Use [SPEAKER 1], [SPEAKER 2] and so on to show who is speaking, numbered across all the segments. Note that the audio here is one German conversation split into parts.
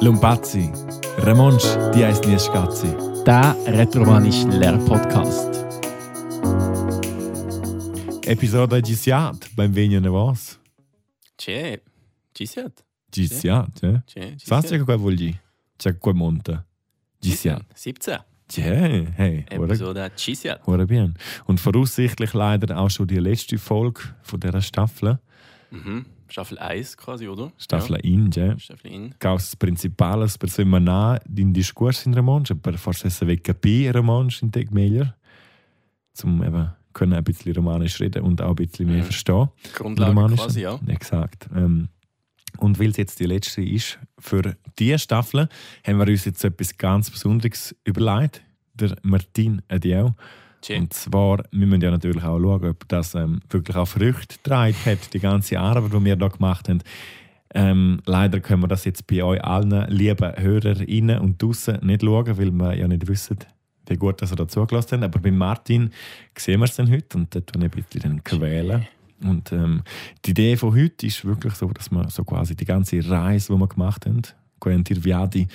[SPEAKER 1] Lumpazzi, Ramonsch, die heisst nie Schatzi.
[SPEAKER 2] Der retromanische Lehrpodcast.
[SPEAKER 1] Episode Gisiat, beim Venia ne vos.
[SPEAKER 3] C'è. Ci siete?
[SPEAKER 1] Gisiat, eh?
[SPEAKER 3] C'è. Ci
[SPEAKER 1] Sai
[SPEAKER 3] siete?
[SPEAKER 1] che qua vuol dire? C'è qua monta. Gisiat.
[SPEAKER 3] 17.
[SPEAKER 1] Yeah, hey, eh, ora-
[SPEAKER 3] Episode Ci siete.
[SPEAKER 1] ora bien. Und voraussichtlich leider auch schon die letzte Folge von dieser Staffel.
[SPEAKER 3] Mhm. Staffel 1 quasi, oder?
[SPEAKER 1] Staffel Ind, ja.
[SPEAKER 3] Ja. Staffel in.
[SPEAKER 1] Causas principales per semana din discurs in Ramonsch, per forse se ve capi Ramonsch in Teg Melier, zum eben können ein bisschen romanisch reden und auch ein bisschen mehr
[SPEAKER 3] Mhm.
[SPEAKER 1] verstehen.
[SPEAKER 3] Grundlage
[SPEAKER 1] Romanische.
[SPEAKER 3] quasi, ja.
[SPEAKER 1] Exakt. Ähm, und weil es jetzt die letzte ist für diese Staffel, haben wir uns jetzt etwas ganz Besonderes überlegt. Der Martin Adiel.
[SPEAKER 3] C'è.
[SPEAKER 1] Und zwar, wir müssen ja natürlich auch schauen, ob das ähm, wirklich auch Früchte getragen hat, die ganze Arbeit, die wir da gemacht haben. Ähm, leider können wir das jetzt bei euch allen lieben Hörerinnen und draussen nicht schauen, weil wir ja nicht wissen, wie gut dass ihr da zugelassen habt. Aber bei Martin sehen wir es dann heute und dort tun wir ein bisschen dann quälen. Und ähm, die Idee von heute ist wirklich so, dass wir so quasi die ganze Reise, die wir gemacht haben, Quentin Viadi,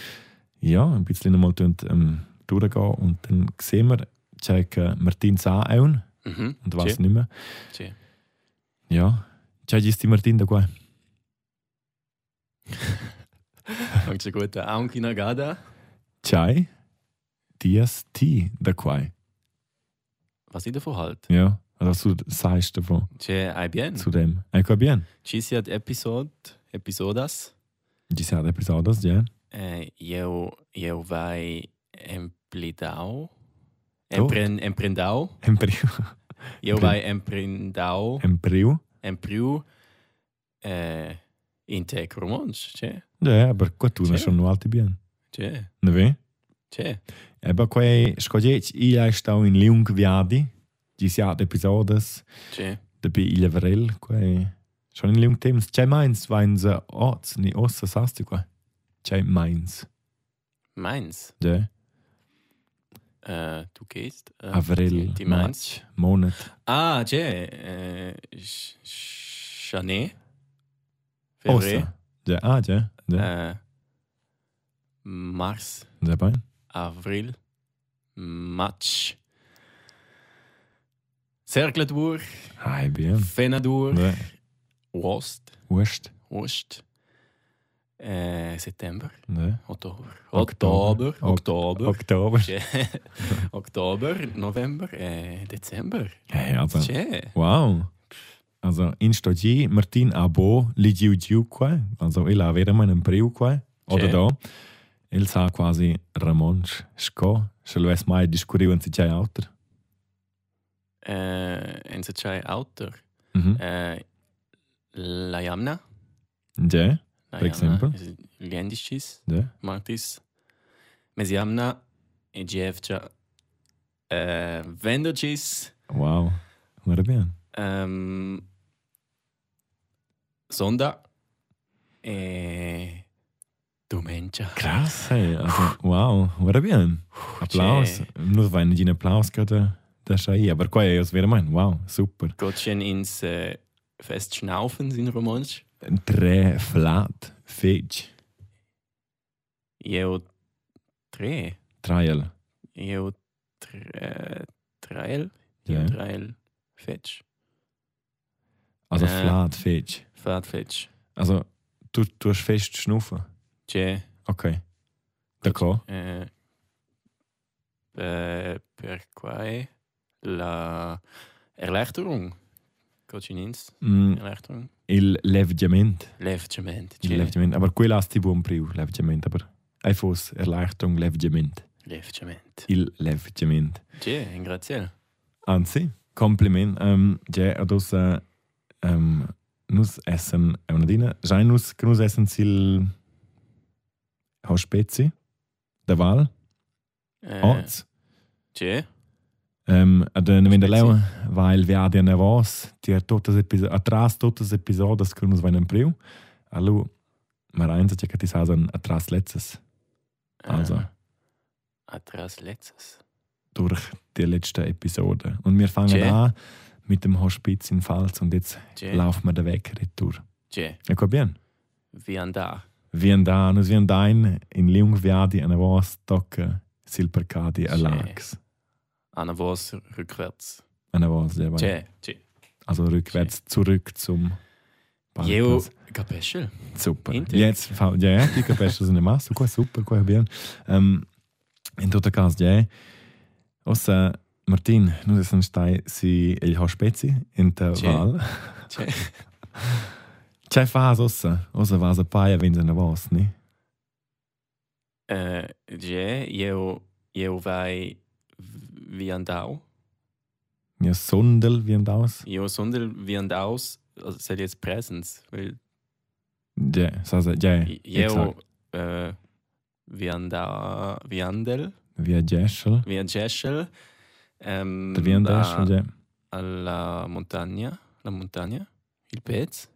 [SPEAKER 1] ja, ein bisschen nochmal ähm, durchgehen und dann sehen wir, checken Martin Saun
[SPEAKER 3] Mhm.
[SPEAKER 1] und was
[SPEAKER 3] C'è.
[SPEAKER 1] nicht mehr.
[SPEAKER 3] C'è.
[SPEAKER 1] Ja, check ist die Martin da qua.
[SPEAKER 3] Fängt schon gut an. Anki Nagada.
[SPEAKER 1] Chai, dies ti da qua.
[SPEAKER 3] Was ich davon halt. halte?
[SPEAKER 1] Ja, Also, was du sagst davon,
[SPEAKER 3] C'è IBN.
[SPEAKER 1] zu dem. Ecco bien.
[SPEAKER 3] Ci siete episode. Episodas.
[SPEAKER 1] Ci siamo episodes, ja.
[SPEAKER 3] Eh, eu, eu vai emplidau.
[SPEAKER 1] Tot.
[SPEAKER 3] Empren, emprendau.
[SPEAKER 1] Empriu.
[SPEAKER 3] Eu vai emprendau.
[SPEAKER 1] Empriu.
[SPEAKER 3] Empriu. Eh, in te cromons. C'è.
[SPEAKER 1] Ja, aber qua tu ne
[SPEAKER 3] Sì.
[SPEAKER 1] sono alti bien.
[SPEAKER 3] C'è.
[SPEAKER 1] Ne vedi?
[SPEAKER 3] C'è.
[SPEAKER 1] Eba quei scogliec ilia stau in liung viadi. Ci siamo episodes.
[SPEAKER 3] C'è.
[SPEAKER 1] Dabei ilia verel quei. Schon in liung tems. C'è meins, weins a oz, ni ossa sasti qua. C'è meins.
[SPEAKER 3] Mainz.
[SPEAKER 1] Ja.
[SPEAKER 3] Äh, du gehst. Äh,
[SPEAKER 1] Avril,
[SPEAKER 3] Die, die Mainz.
[SPEAKER 1] Monat.
[SPEAKER 3] Ah, Jay. Äh, Ch- Ch- Chanet. Februar.
[SPEAKER 1] Ossa. Ja, ah, ja. Ja,
[SPEAKER 3] Äh, Mars.
[SPEAKER 1] ja, bein.
[SPEAKER 3] Avril. Match. Cercletour.
[SPEAKER 1] Hi, bien.
[SPEAKER 3] Fenadur.
[SPEAKER 1] Ja,
[SPEAKER 3] Ost.
[SPEAKER 1] wurscht.
[SPEAKER 3] Ost. Äh, September.
[SPEAKER 1] Ja.
[SPEAKER 3] Oktober.
[SPEAKER 1] Oktober.
[SPEAKER 3] Oktober.
[SPEAKER 1] Ok- Oktober.
[SPEAKER 3] Oktober. Tje. Oktober. November. Äh, Dezember.
[SPEAKER 1] Hey, aber.
[SPEAKER 3] Tje.
[SPEAKER 1] Wow. Also, in Stodji, Martin Abo, Ligiu Giuque, also il avere meinen Priuque, oder
[SPEAKER 3] Sì.
[SPEAKER 1] da, il sa quasi Ramon Sco, se lo es mai discuriu in sich auter.
[SPEAKER 3] eh, en ze zei ouder.
[SPEAKER 1] Mhm.
[SPEAKER 3] Eh, la Jamna.
[SPEAKER 1] Ja,
[SPEAKER 3] La
[SPEAKER 1] Per exempel?
[SPEAKER 3] Liendisches,
[SPEAKER 1] ja.
[SPEAKER 3] Martis. Mes Jamna. E Jevja. Eh, Vendercis.
[SPEAKER 1] Wow. Ora bien.
[SPEAKER 3] ehm, Sonda. E Domenica.
[SPEAKER 1] Krass, hey. Also, wow. Ora bien. Applaus. Nur weil nicht in Applaus gerade da schei, aber qua es wäre mein. Wow, super.
[SPEAKER 3] Gottchen ins äh, Fest Schnaufen in Romansch.
[SPEAKER 1] Tre flat fetch
[SPEAKER 3] Jeo Tre.
[SPEAKER 1] trial.
[SPEAKER 3] Jeo Tre. äh, Trail.
[SPEAKER 1] Ja.
[SPEAKER 3] Trail. Fetch.
[SPEAKER 1] Also
[SPEAKER 3] Ja.
[SPEAKER 1] flat fetch.
[SPEAKER 3] Fahrtfetsch.
[SPEAKER 1] Also, du tust fest schnuffen.
[SPEAKER 3] Tje.
[SPEAKER 1] Okay. D'accord.
[SPEAKER 3] Eh, eh, per quai la erleichterung. Cocinins.
[SPEAKER 1] Mm,
[SPEAKER 3] Erleichterung.
[SPEAKER 1] il levgiament.
[SPEAKER 3] Levgement.
[SPEAKER 1] Il
[SPEAKER 3] Tje.
[SPEAKER 1] levgiament. Aber quel hast du buon priu, levgiament. Aber einfach Erleichterung, levgiament.
[SPEAKER 3] Levgement.
[SPEAKER 1] Il levgiament.
[SPEAKER 3] Tje, in graziell.
[SPEAKER 1] Anzi, Kompliment. Ähm, ja, adus, äh, ähm, nus essen, äh, una dina. Schein nus, che nus essen sil Hauspezi, der Wahl,
[SPEAKER 3] Eh,
[SPEAKER 1] Oz.
[SPEAKER 3] Tje.
[SPEAKER 1] Ähm, dann, wenn der
[SPEAKER 3] Spezi.
[SPEAKER 1] Leo, weil wir haben ja nervos, die hat totes Episode, atras totes Episode, das können wir einen Brief. Hallo, mal Ah, eins, ich hätte sagen, atras letztes. Also,
[SPEAKER 3] Eh, Atras letztes.
[SPEAKER 1] durch die letzte Episode. Und wir fangen
[SPEAKER 3] Tje.
[SPEAKER 1] an mit dem Hospiz in Pfalz und jetzt
[SPEAKER 3] Tje.
[SPEAKER 1] laufen wir den Weg retour.
[SPEAKER 3] Tje.
[SPEAKER 1] Ja, gut, bien.
[SPEAKER 3] Vianda.
[SPEAKER 1] Vienda, nos viendain in Liungviadi an avos tocca silpercadi a
[SPEAKER 3] Sì.
[SPEAKER 1] lax.
[SPEAKER 3] An was rückwärts.
[SPEAKER 1] An avos, ja, weil-
[SPEAKER 3] Tschä, tschä.
[SPEAKER 1] also rückwärts zurück zum
[SPEAKER 3] Jeo,
[SPEAKER 1] Balkans.
[SPEAKER 3] Gapeschel.
[SPEAKER 1] Super.
[SPEAKER 3] Inter.
[SPEAKER 1] Jetzt, fa- ja, ja, die Capestas sind Masse, qua super, qua bien. Ähm, in tutto caso, ja. Ossa, Martin, nu se sind stai si il hospezi in der
[SPEAKER 3] Sì.
[SPEAKER 1] Wahl.
[SPEAKER 3] Tschä.
[SPEAKER 1] C'è fas ossa, ossa vas a paia vins an avos, ni?
[SPEAKER 3] Äh, Tschä, jeo, jeo vai Viandau.
[SPEAKER 1] Ja, Sundel, wie am Daus.
[SPEAKER 3] Jeo Sundel Viandaus, also es hat jetzt Präsens, weil
[SPEAKER 1] Ja, so se, ja,
[SPEAKER 3] jeo
[SPEAKER 1] exakt.
[SPEAKER 3] äh, Vianda, Viandel,
[SPEAKER 1] Via Jeschel.
[SPEAKER 3] Viangeschel. Ähm,
[SPEAKER 1] Der Wien
[SPEAKER 3] da-
[SPEAKER 1] Jeschel, ja.
[SPEAKER 3] alla montagna, la montagna, il Pez.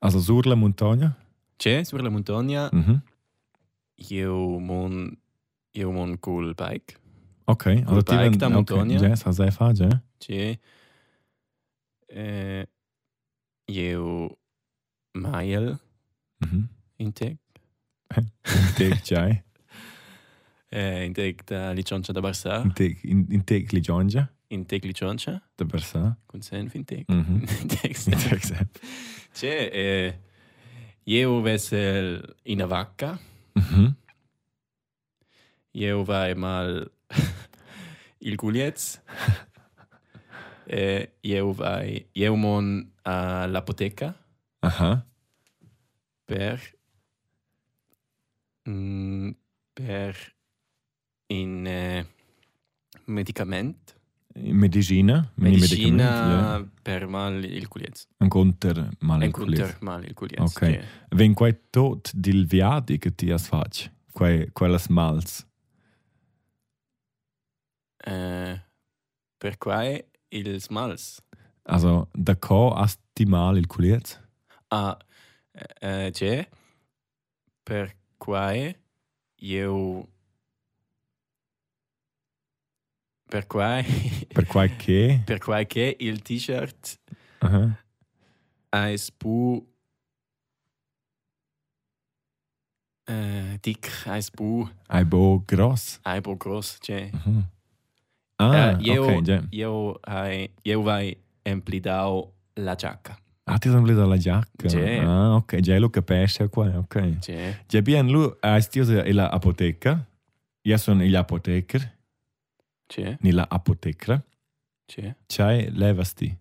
[SPEAKER 1] Also sur la montagna.
[SPEAKER 3] C'è sur la montagna,
[SPEAKER 1] Mhm.
[SPEAKER 3] io mon, io mon cool bike.
[SPEAKER 1] Okay, also
[SPEAKER 3] Gut, Bike da Montagna.
[SPEAKER 1] Ja, so se fa, ja.
[SPEAKER 3] C'è eh, io mail
[SPEAKER 1] Mhm.
[SPEAKER 3] in tec,
[SPEAKER 1] Teg, ja.
[SPEAKER 3] eh, in tec da licencia da Barça,
[SPEAKER 1] Teg, in teg li giongia,
[SPEAKER 3] in tec licencia,
[SPEAKER 1] da Barça.
[SPEAKER 3] con senf in tec.
[SPEAKER 1] Mhm.
[SPEAKER 3] In tec.
[SPEAKER 1] In teg se.
[SPEAKER 3] C'è eh, io vessel in a vacca, Mm-hmm.
[SPEAKER 1] Mhm.
[SPEAKER 3] io vai mal il gugliez, eh, io vai, io mon all'apoteca,
[SPEAKER 1] Aha.
[SPEAKER 3] per mm, per in eh, medicament
[SPEAKER 1] Medicina. mini medicament, ja.
[SPEAKER 3] medicina per mal il culiez
[SPEAKER 1] Ein Gunter, mal ein
[SPEAKER 3] en
[SPEAKER 1] Kulis.
[SPEAKER 3] counter mal il culiez
[SPEAKER 1] Ok. Wenn quai tot dil viadi che ti as fac, quai, quelles mals.
[SPEAKER 3] eh, per quae il smals
[SPEAKER 1] Also, da co as ti mal il Kulis?
[SPEAKER 3] a eh, c'è per quae eu per quae
[SPEAKER 1] Per quai che?
[SPEAKER 3] per quae che il t-shirt
[SPEAKER 1] Aha.
[SPEAKER 3] eis Bu. Äh, dick, eis Bu,
[SPEAKER 1] Ai bo gross.
[SPEAKER 3] Eibo groß, tje.
[SPEAKER 1] Mhm. Ah,
[SPEAKER 3] Eh, jeu-
[SPEAKER 1] ok, ja.
[SPEAKER 3] cioè, Io hai, io vai emplidao la giacca,
[SPEAKER 1] Ah, ti sono preso la giacca.
[SPEAKER 3] Sì.
[SPEAKER 1] Ah, ok, già lo capisce qua, ok.
[SPEAKER 3] tje.
[SPEAKER 1] Già bien, lui ha stioso la apoteca. Io sono l'apoteker,
[SPEAKER 3] Tje,
[SPEAKER 1] nella apotecra.
[SPEAKER 3] tje.
[SPEAKER 1] C'è levasti.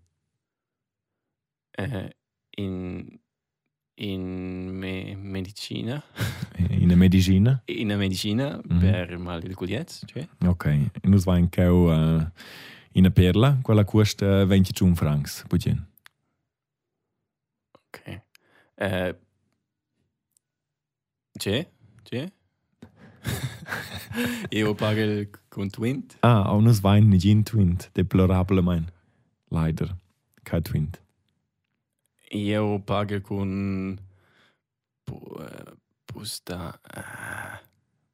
[SPEAKER 3] Äh, in, in me, medicina,
[SPEAKER 1] In medicina.
[SPEAKER 3] in a medicina
[SPEAKER 1] Mhm.
[SPEAKER 3] per mal il culiez, tje.
[SPEAKER 1] Ok, nus va in cheu uh, in a perla, quella costa 21 francs, pugin.
[SPEAKER 3] Ok. Äh, tje, tje. io pago il contuint.
[SPEAKER 1] Ah, und nus va in gin twint, deplorable mein. Leider, kein twint.
[SPEAKER 3] Io pago con bu- eh, busta eh,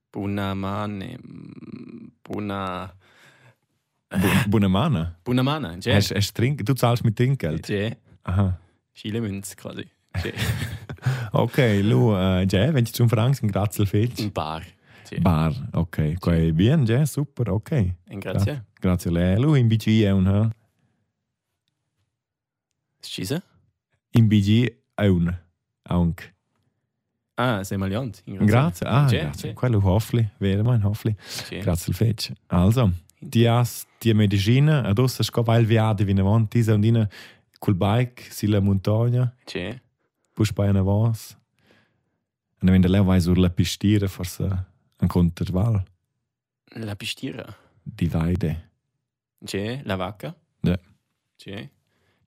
[SPEAKER 3] buna mane mm, buna
[SPEAKER 1] Bu Buona mana.
[SPEAKER 3] buna mana, cioè, c'è
[SPEAKER 1] Es, es trink, du zahlst mit Trinkgeld.
[SPEAKER 3] c'è
[SPEAKER 1] Aha.
[SPEAKER 3] Chile Münz quasi. cioè, C'è
[SPEAKER 1] Ok, lu, uh, già, 21 francs in Grazel fehlt.
[SPEAKER 3] un cioè, bar. C'è.
[SPEAKER 1] Bar, ok, qua è bien, già, super, ok.
[SPEAKER 3] E grazie.
[SPEAKER 1] Grazie a lei. Lui in BG è un... eh?
[SPEAKER 3] Scisa?
[SPEAKER 1] In BG è un... Anche.
[SPEAKER 3] Ah, sei maliant. in
[SPEAKER 1] Grazie. Ah,
[SPEAKER 3] C'è,
[SPEAKER 1] grazie.
[SPEAKER 3] c'è.
[SPEAKER 1] Quello hoffli. Vero, mein hoffli.
[SPEAKER 3] C'è.
[SPEAKER 1] Grazie al fece. Also, die as, die medicina, adossa scova il viade vina avanti, se andina col bike, si la montagna,
[SPEAKER 3] C'è.
[SPEAKER 1] push bei una vas. Und wenn der Leo vai sur la pistiere, forse un conterval.
[SPEAKER 3] La pistiera.
[SPEAKER 1] Die Weide.
[SPEAKER 3] C'è la vacca.
[SPEAKER 1] Ja.
[SPEAKER 3] C'è.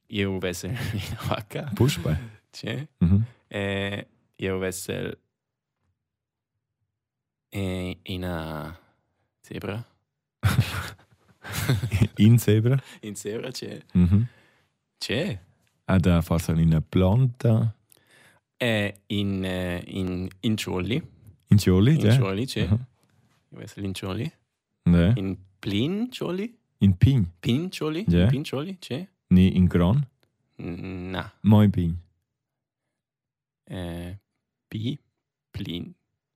[SPEAKER 3] Io vesse la vacca. cioè,
[SPEAKER 1] Push bei.
[SPEAKER 3] C'è.
[SPEAKER 1] Mhm.
[SPEAKER 3] Eh, io vessel eh, in a zebra.
[SPEAKER 1] In Zebra.
[SPEAKER 3] in zebra c'è.
[SPEAKER 1] Mhm.
[SPEAKER 3] C'è.
[SPEAKER 1] Ed uh, forse in una planta.
[SPEAKER 3] Eh, in, eh, in, in ciolli.
[SPEAKER 1] In Cioli,
[SPEAKER 3] In
[SPEAKER 1] ja.
[SPEAKER 3] ciolli c'è. Uh-huh.
[SPEAKER 1] Mhm.
[SPEAKER 3] Io vessel in ciolli.
[SPEAKER 1] Ne?
[SPEAKER 3] In plin ciolli.
[SPEAKER 1] In Pign.
[SPEAKER 3] Pin ciolli.
[SPEAKER 1] Ja.
[SPEAKER 3] In Pin ciolli c'è.
[SPEAKER 1] Ni in Gran.
[SPEAKER 3] Na.
[SPEAKER 1] Moin Pign.
[SPEAKER 3] Eh, Biblin.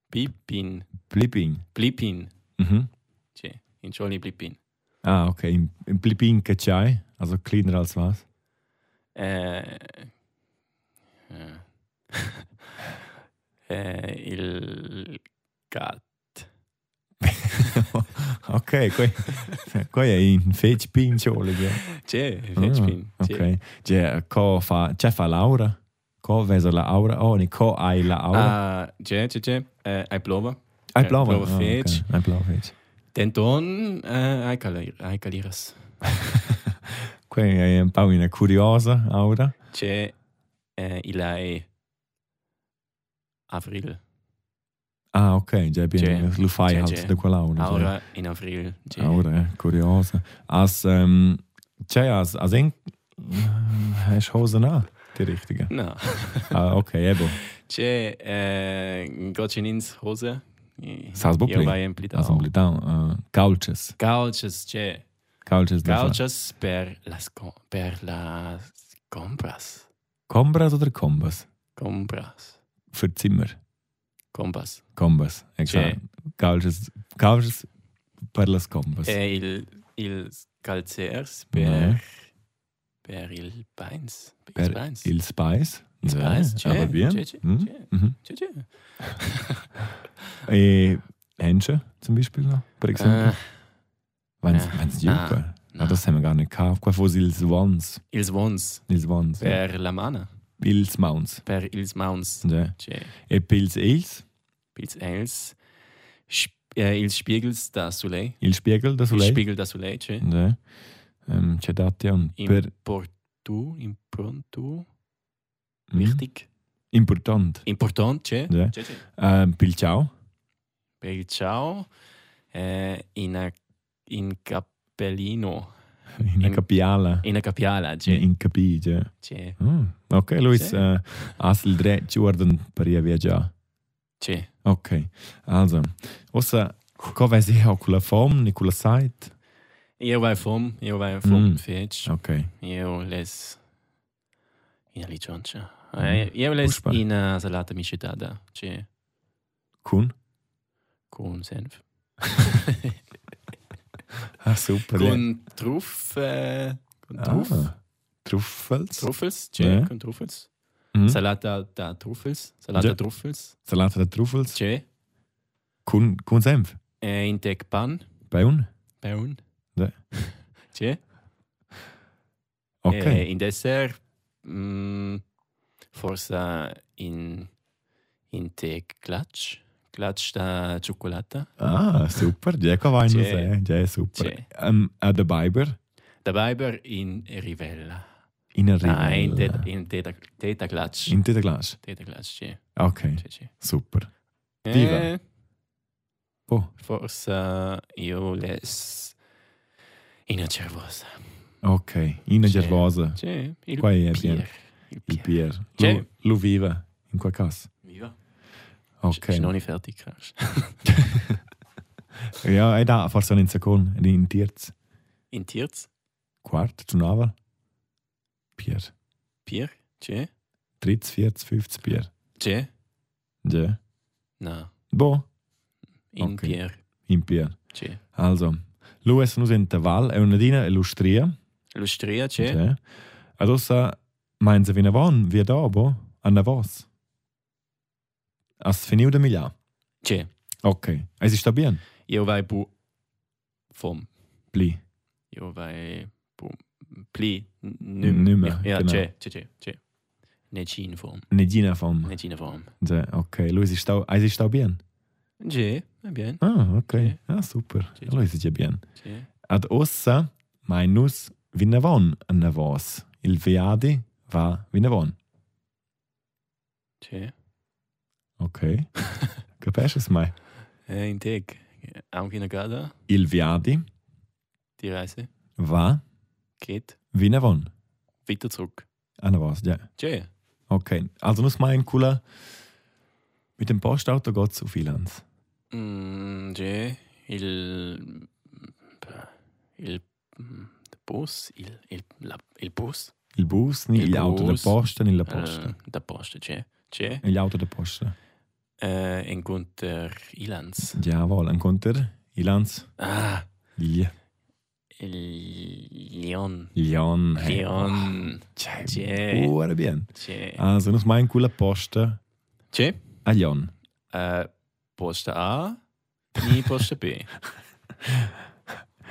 [SPEAKER 3] Bibin.
[SPEAKER 1] Blipping.
[SPEAKER 3] Blipin.
[SPEAKER 1] Mhm.
[SPEAKER 3] Tje. Entschuldi, Blipin.
[SPEAKER 1] Ah, okay. Im, im Blipping Kachai, also kleiner als was?
[SPEAKER 3] Äh, äh, äh, il gat.
[SPEAKER 1] ok, qui, qui è in fece pinciole. già.
[SPEAKER 3] Tje,
[SPEAKER 1] Ah,
[SPEAKER 3] Fetchpin.
[SPEAKER 1] Ok, c'è, co fa, c'è fa Laura? Co vesa la aura? Oh, ne co hai la aura?
[SPEAKER 3] Ah, tje, tje, tje. Äh, I blova.
[SPEAKER 1] Hai
[SPEAKER 3] eh,
[SPEAKER 1] blava?
[SPEAKER 3] blava fece.
[SPEAKER 1] Hai blava fece.
[SPEAKER 3] Den ton, äh, I calir, I caliras.
[SPEAKER 1] Qui è un po' una curiosa aura.
[SPEAKER 3] Tje, äh, il è avril.
[SPEAKER 1] Ah, ok, già bene.
[SPEAKER 3] C'è,
[SPEAKER 1] Lo fai
[SPEAKER 3] c'è,
[SPEAKER 1] halt
[SPEAKER 3] c'è.
[SPEAKER 1] da quell'aura. già.
[SPEAKER 3] Aura in avril. Tje.
[SPEAKER 1] Aura, eh, curiosa. As, ähm, c'è as, as en... Hast Hosen an? Die richtige.
[SPEAKER 3] No.
[SPEAKER 1] Ah, okay, eben.
[SPEAKER 3] Tje, äh, gotchinins Hose.
[SPEAKER 1] Salzburg
[SPEAKER 3] Io
[SPEAKER 1] Play.
[SPEAKER 3] vai in plitao.
[SPEAKER 1] Also, Blitau, äh, Couches.
[SPEAKER 3] Gauches, tje.
[SPEAKER 1] Couches da. Couches.
[SPEAKER 3] Gauchos per las, com- per las compras.
[SPEAKER 1] Combras oder Combas?
[SPEAKER 3] Compras.
[SPEAKER 1] Für Zimmer.
[SPEAKER 3] Compas.
[SPEAKER 1] Combas,
[SPEAKER 3] Sì.
[SPEAKER 1] exakt. Couches, couches per las combas.
[SPEAKER 3] E il, il calzers per,
[SPEAKER 1] No.
[SPEAKER 3] per il pains.
[SPEAKER 1] per
[SPEAKER 3] pains.
[SPEAKER 1] il spice.
[SPEAKER 3] Spice, sì,
[SPEAKER 1] aber wir.
[SPEAKER 3] sì, sì,
[SPEAKER 1] Mhm,
[SPEAKER 3] sì.
[SPEAKER 1] mhm.
[SPEAKER 3] Tje, tje.
[SPEAKER 1] E Händchen zum Beispiel noch, per
[SPEAKER 3] Äh,
[SPEAKER 1] Exempel. Wenn es
[SPEAKER 3] ja.
[SPEAKER 1] Jupe.
[SPEAKER 3] na,
[SPEAKER 1] Ah, das haben wir gar nicht gehabt. Qua fos ils Wans.
[SPEAKER 3] il swans.
[SPEAKER 1] Ils Wans. ja.
[SPEAKER 3] Per la mana.
[SPEAKER 1] Ils Mounts.
[SPEAKER 3] Per il mounts.
[SPEAKER 1] Ja.
[SPEAKER 3] Tje.
[SPEAKER 1] E pils ils,
[SPEAKER 3] Pils els. Sp eh, il spiegels da soleil.
[SPEAKER 1] il spiegel da
[SPEAKER 3] Il
[SPEAKER 1] soleil.
[SPEAKER 3] spiegel da soleil, tje.
[SPEAKER 1] Ja. Ähm, c'è datia un
[SPEAKER 3] In
[SPEAKER 1] per...
[SPEAKER 3] portu, in prontu.
[SPEAKER 1] mm,
[SPEAKER 3] Wichtig.
[SPEAKER 1] Important.
[SPEAKER 3] Important, tje.
[SPEAKER 1] Ja.
[SPEAKER 3] Tje, tje.
[SPEAKER 1] Ähm, pil ciao.
[SPEAKER 3] Per il ciao. Eh, in, a, in cappellino.
[SPEAKER 1] In a
[SPEAKER 3] In-
[SPEAKER 1] capiala.
[SPEAKER 3] In a capiala, tje.
[SPEAKER 1] In capi, ja.
[SPEAKER 3] Tje.
[SPEAKER 1] Mm, Ok, Luis,
[SPEAKER 3] Sì.
[SPEAKER 1] äh, hast du drei Jordan per ihr viaggiare?
[SPEAKER 3] Tje.
[SPEAKER 1] Ok, also, ossa, come si ha con la form, con la site?
[SPEAKER 3] Io vai vom, io vai vom
[SPEAKER 1] Mm.
[SPEAKER 3] mm. fetch.
[SPEAKER 1] Ok,
[SPEAKER 3] Io les in Alicioncia.
[SPEAKER 1] Mm.
[SPEAKER 3] Io les
[SPEAKER 1] Furchtbar.
[SPEAKER 3] in uh, salata miscitata, cioè
[SPEAKER 1] con?
[SPEAKER 3] con senf.
[SPEAKER 1] Ah, super. ja.
[SPEAKER 3] con truffe, con truff,
[SPEAKER 1] Ah, Eh. Truffels?
[SPEAKER 3] truffels, cioè
[SPEAKER 1] Ja.
[SPEAKER 3] con truffels.
[SPEAKER 1] Mhm.
[SPEAKER 3] Salata da truffels, salata
[SPEAKER 1] Ja.
[SPEAKER 3] truffels,
[SPEAKER 1] Salate da Truffels?
[SPEAKER 3] cioè
[SPEAKER 1] Con, con senf?
[SPEAKER 3] eh, in tec pan,
[SPEAKER 1] Bei un?
[SPEAKER 3] peun.
[SPEAKER 1] Ja.
[SPEAKER 3] Cioè
[SPEAKER 1] Ok,
[SPEAKER 3] eh, in dessert mm, forsa in in tec clutch, clutch da cioccolata.
[SPEAKER 1] ah, super, ja, kann man
[SPEAKER 3] Sì.
[SPEAKER 1] sehen, ja, super.
[SPEAKER 3] Sì.
[SPEAKER 1] Ähm, a der Biber?
[SPEAKER 3] Der Weiber in Rivella.
[SPEAKER 1] In der
[SPEAKER 3] Nein,
[SPEAKER 1] Rivella.
[SPEAKER 3] Tä- in Theta Theta Klatsch.
[SPEAKER 1] In der Glas?
[SPEAKER 3] Theta Klatsch, sì.
[SPEAKER 1] Ok,
[SPEAKER 3] sì, sì.
[SPEAKER 1] super. Viva.
[SPEAKER 3] Eh,
[SPEAKER 1] Oh,
[SPEAKER 3] forse io les in cervosa.
[SPEAKER 1] ok, in der
[SPEAKER 3] Sì.
[SPEAKER 1] Gervosa.
[SPEAKER 3] Sì, il
[SPEAKER 1] Qua è bien.
[SPEAKER 3] Pier. Il
[SPEAKER 1] Il
[SPEAKER 3] Pier.
[SPEAKER 1] Pier.
[SPEAKER 3] Sì.
[SPEAKER 1] Lu, lu vive in quel caso.
[SPEAKER 3] Viva.
[SPEAKER 1] Ok.
[SPEAKER 3] Okay. Sono nicht fertig, krass.
[SPEAKER 1] Ja, e da forse non in secondo, ed in terzo,
[SPEAKER 3] In Tirz,
[SPEAKER 1] quarto, tu nova. Pier.
[SPEAKER 3] Pier, c'è?
[SPEAKER 1] Dritz, vierz, fünfz Pier.
[SPEAKER 3] C'è?
[SPEAKER 1] Ja.
[SPEAKER 3] No,
[SPEAKER 1] Bo,
[SPEAKER 3] in
[SPEAKER 1] Ok.
[SPEAKER 3] Pier,
[SPEAKER 1] in Pier.
[SPEAKER 3] c'è.
[SPEAKER 1] Also, lu es nus in Val, e una dina e lustria.
[SPEAKER 3] Lustria, c'è?
[SPEAKER 1] Ja. Adossa, Also meinen sie, wie ne von, wie da, bo, an der was. As finiu de milia.
[SPEAKER 3] C'è.
[SPEAKER 1] Ok. Es ist da bien.
[SPEAKER 3] Io vai bu... Vom.
[SPEAKER 1] Bli.
[SPEAKER 3] Io vai bu... Pli. Nüm.
[SPEAKER 1] Nimmer,
[SPEAKER 3] Ja,
[SPEAKER 1] genau.
[SPEAKER 3] c'è, c'è, c'è, c'è. Necin vom.
[SPEAKER 1] Ne dina vom.
[SPEAKER 3] Necina vom.
[SPEAKER 1] Ja, ok. Lu es ist da, es ist da bien.
[SPEAKER 3] G, va bene.
[SPEAKER 1] Ah, ok.
[SPEAKER 3] Sì.
[SPEAKER 1] Ah, super.
[SPEAKER 3] Sì, sì.
[SPEAKER 1] Allora si dice bien.
[SPEAKER 3] G.
[SPEAKER 1] Ad ossa minus vinavon navos. Il veadi va ne vinavon.
[SPEAKER 3] G.
[SPEAKER 1] Ok. Capisci es mai?
[SPEAKER 3] Eh, in tec. Anche in agada,
[SPEAKER 1] Il veadi
[SPEAKER 3] die Reise
[SPEAKER 1] va
[SPEAKER 3] geht
[SPEAKER 1] vinavon.
[SPEAKER 3] wieder zurück.
[SPEAKER 1] An navos, ja.
[SPEAKER 3] G.
[SPEAKER 1] Okay. Also nus mein cooler. Mit dem Postauto geht's auf Ilanz.
[SPEAKER 3] Mm, G. Il... Il... Der Bus. Il, il, la, il Bus.
[SPEAKER 1] Il bus, ni
[SPEAKER 3] Il
[SPEAKER 1] il, auto, la
[SPEAKER 3] bus. Äh.
[SPEAKER 1] posta, ni la posta.
[SPEAKER 3] Eh, der Post, G. c'è
[SPEAKER 1] Gli auto da posta.
[SPEAKER 3] eh, incontro Ilans.
[SPEAKER 1] Jawohl, ein Konter. Ilans.
[SPEAKER 3] Ah,
[SPEAKER 1] Li-
[SPEAKER 3] il- Leon.
[SPEAKER 1] Lion.
[SPEAKER 3] Leon.
[SPEAKER 1] C'è.
[SPEAKER 3] C'è.
[SPEAKER 1] Ora bien.
[SPEAKER 3] C'è.
[SPEAKER 1] Also, noch mein cooler Ah, Posten.
[SPEAKER 3] C'è
[SPEAKER 1] A Lion.
[SPEAKER 3] eh, posta A, nie posta B.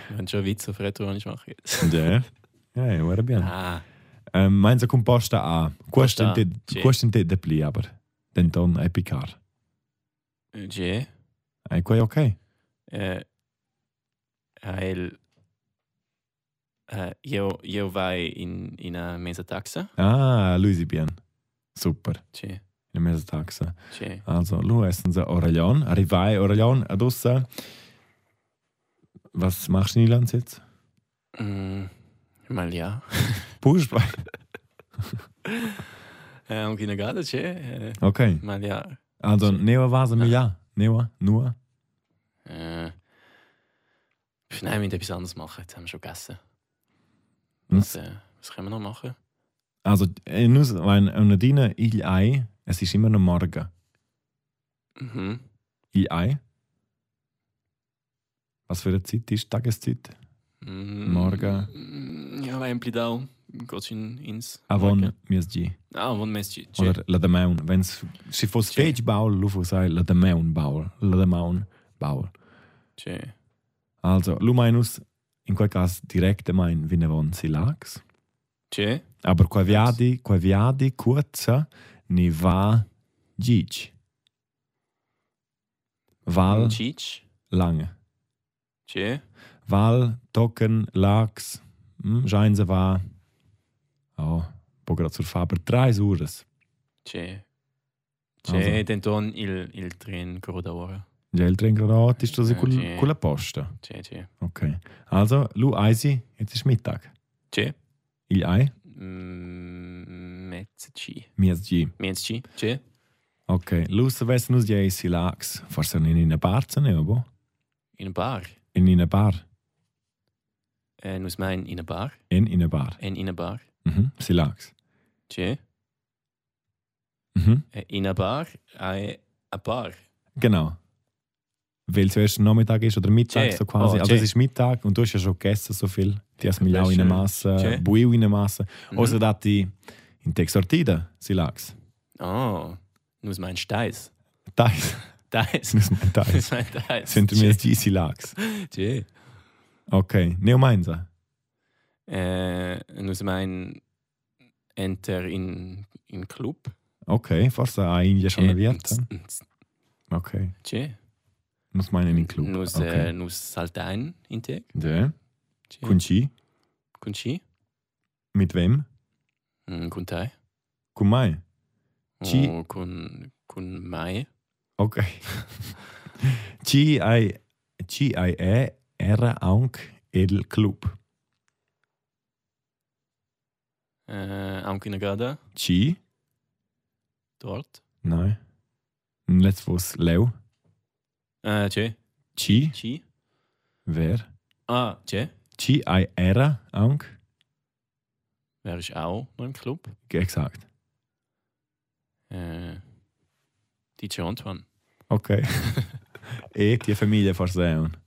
[SPEAKER 3] Wenn schon Witz auf Retro, wenn ich mache.
[SPEAKER 1] Ja. Ja, ora bien.
[SPEAKER 3] Ah,
[SPEAKER 1] Ähm, Meins kommt Posten A. Kosten
[SPEAKER 3] A,
[SPEAKER 1] te,
[SPEAKER 3] c'è.
[SPEAKER 1] kosten te de pli, aber. Den Ton è picar.
[SPEAKER 3] c'è
[SPEAKER 1] E qua è ok.
[SPEAKER 3] eh, il, eh, io, io vai in, in una mesa taxa.
[SPEAKER 1] Ah, Luisi bien. Super.
[SPEAKER 3] C'è,
[SPEAKER 1] In mezzo taxa.
[SPEAKER 3] c'è.
[SPEAKER 1] Also, lu essen sie Orelon. Arrivai Orelon, adussa. äh, Was machst du in Irland jetzt?
[SPEAKER 3] Mm, mal ja.
[SPEAKER 1] Push.
[SPEAKER 3] Eh, un kindergarten c'è. Eh,
[SPEAKER 1] Okay.
[SPEAKER 3] mal ja.
[SPEAKER 1] Also, Neo war sie mir ja. Neo, nur.
[SPEAKER 3] Äh, pf, nein, wir müssen etwas anderes machen. Jetzt haben wir schon gegessen. Was,
[SPEAKER 1] Und-
[SPEAKER 3] äh, was können wir noch machen?
[SPEAKER 1] Also, in uns, wenn in deiner il ei, es ist immer noch morgen.
[SPEAKER 3] Mhm.
[SPEAKER 1] Il ei. Was für eine Zeit ist Tageszeit?
[SPEAKER 3] Mm,
[SPEAKER 1] Morgen.
[SPEAKER 3] mm, Ja, ein Plidau. Geht in, ins.
[SPEAKER 1] Avon,
[SPEAKER 3] Morgen.
[SPEAKER 1] Miesgi.
[SPEAKER 3] Ah, von Messi. C'è.
[SPEAKER 1] Oder La Damaun. Wenn es, si fosse
[SPEAKER 3] Sì.
[SPEAKER 1] fähig baul, lufo sei La Damaun baul. La Damaun baul.
[SPEAKER 3] C'è.
[SPEAKER 1] Also, lu meinus, in quel caso direkt mein, wie ne von si lags.
[SPEAKER 3] C'è.
[SPEAKER 1] Aber qua viadi, qua viadi, kurza, ne va gic. Val
[SPEAKER 3] Cic.
[SPEAKER 1] lange.
[SPEAKER 3] C'è.
[SPEAKER 1] Val, Tocken, Lachs, hm, scheinen sie war. Oh, bo gerade zur Faber, drei Sures.
[SPEAKER 3] C'è.
[SPEAKER 1] Also.
[SPEAKER 3] C'è denton il, il tren corridore.
[SPEAKER 1] Gel trinken rot, ist das
[SPEAKER 3] Ja,
[SPEAKER 1] cool,
[SPEAKER 3] sì.
[SPEAKER 1] coole Poste.
[SPEAKER 3] C'è, c'è.
[SPEAKER 1] Okay. Also, lu eisi, jetzt ist Mittag.
[SPEAKER 3] C'è.
[SPEAKER 1] Il ei,
[SPEAKER 3] Mm, Mezzi.
[SPEAKER 1] mir G.
[SPEAKER 3] Mezzi. C'è.
[SPEAKER 1] Okay, lu se wessen us jei si Lachs, forse in eine Bar zu nehmen, bo?
[SPEAKER 3] In een bar.
[SPEAKER 1] In eine Bar.
[SPEAKER 3] En us mein in een bar.
[SPEAKER 1] In eine Bar.
[SPEAKER 3] En in een bar.
[SPEAKER 1] Mhm, si Lachs.
[SPEAKER 3] C'è.
[SPEAKER 1] Mhm,
[SPEAKER 3] Eh, In een bar. Ai, a bar.
[SPEAKER 1] genau. Weil zuerst Nachmittag ist oder Mittag,
[SPEAKER 3] Sì.
[SPEAKER 1] so quasi.
[SPEAKER 3] Oh,
[SPEAKER 1] also, es
[SPEAKER 3] sì.
[SPEAKER 1] ist Mittag und du hast ja schon gegessen so viel. Die hast mich auch
[SPEAKER 3] Questo-
[SPEAKER 1] in eine Masse,
[SPEAKER 3] sì.
[SPEAKER 1] Buiu in eine Masse.
[SPEAKER 3] Mhm.
[SPEAKER 1] Also dat die in Texortida sie lag's.
[SPEAKER 3] Oh, nu ist mein Steiß.
[SPEAKER 1] Teils,
[SPEAKER 3] Deiß.
[SPEAKER 1] muss man
[SPEAKER 3] Nu
[SPEAKER 1] teils.
[SPEAKER 3] ist mein Deiß.
[SPEAKER 1] Sind mir die sie lag's.
[SPEAKER 3] Tje.
[SPEAKER 1] Okay, neo meinsa.
[SPEAKER 3] Äh, nu ist mein Enter in, in Club.
[SPEAKER 1] Okay, forse a India
[SPEAKER 3] Eh,
[SPEAKER 1] schon wird.
[SPEAKER 3] Tje. Ts- ts-
[SPEAKER 1] Okay,
[SPEAKER 3] Tje.
[SPEAKER 1] muss man in den Club.
[SPEAKER 3] Nu ist
[SPEAKER 1] Okay.
[SPEAKER 3] nu ist Saltein in Teg.
[SPEAKER 1] Ja. Kunchi,
[SPEAKER 3] Kunchi.
[SPEAKER 1] mit wem?
[SPEAKER 3] Kuntai.
[SPEAKER 1] Kumai. Chi.
[SPEAKER 3] Mm, Oh, Kun, kun Mai.
[SPEAKER 1] Okay. Chi ai Chi ai e era anche il club.
[SPEAKER 3] Äh, am Kindergarten.
[SPEAKER 1] Chi?
[SPEAKER 3] Dort.
[SPEAKER 1] Nein. Let's was Leo.
[SPEAKER 3] Äh, tje.
[SPEAKER 1] Chi?
[SPEAKER 3] Chi.
[SPEAKER 1] Wer? E
[SPEAKER 3] Ah, tje.
[SPEAKER 1] Chi ai era anche
[SPEAKER 3] Wer ist auch noch im Club?
[SPEAKER 1] Exakt.
[SPEAKER 3] Äh, DJ Antoine.
[SPEAKER 1] Okay. e die Familie versehen.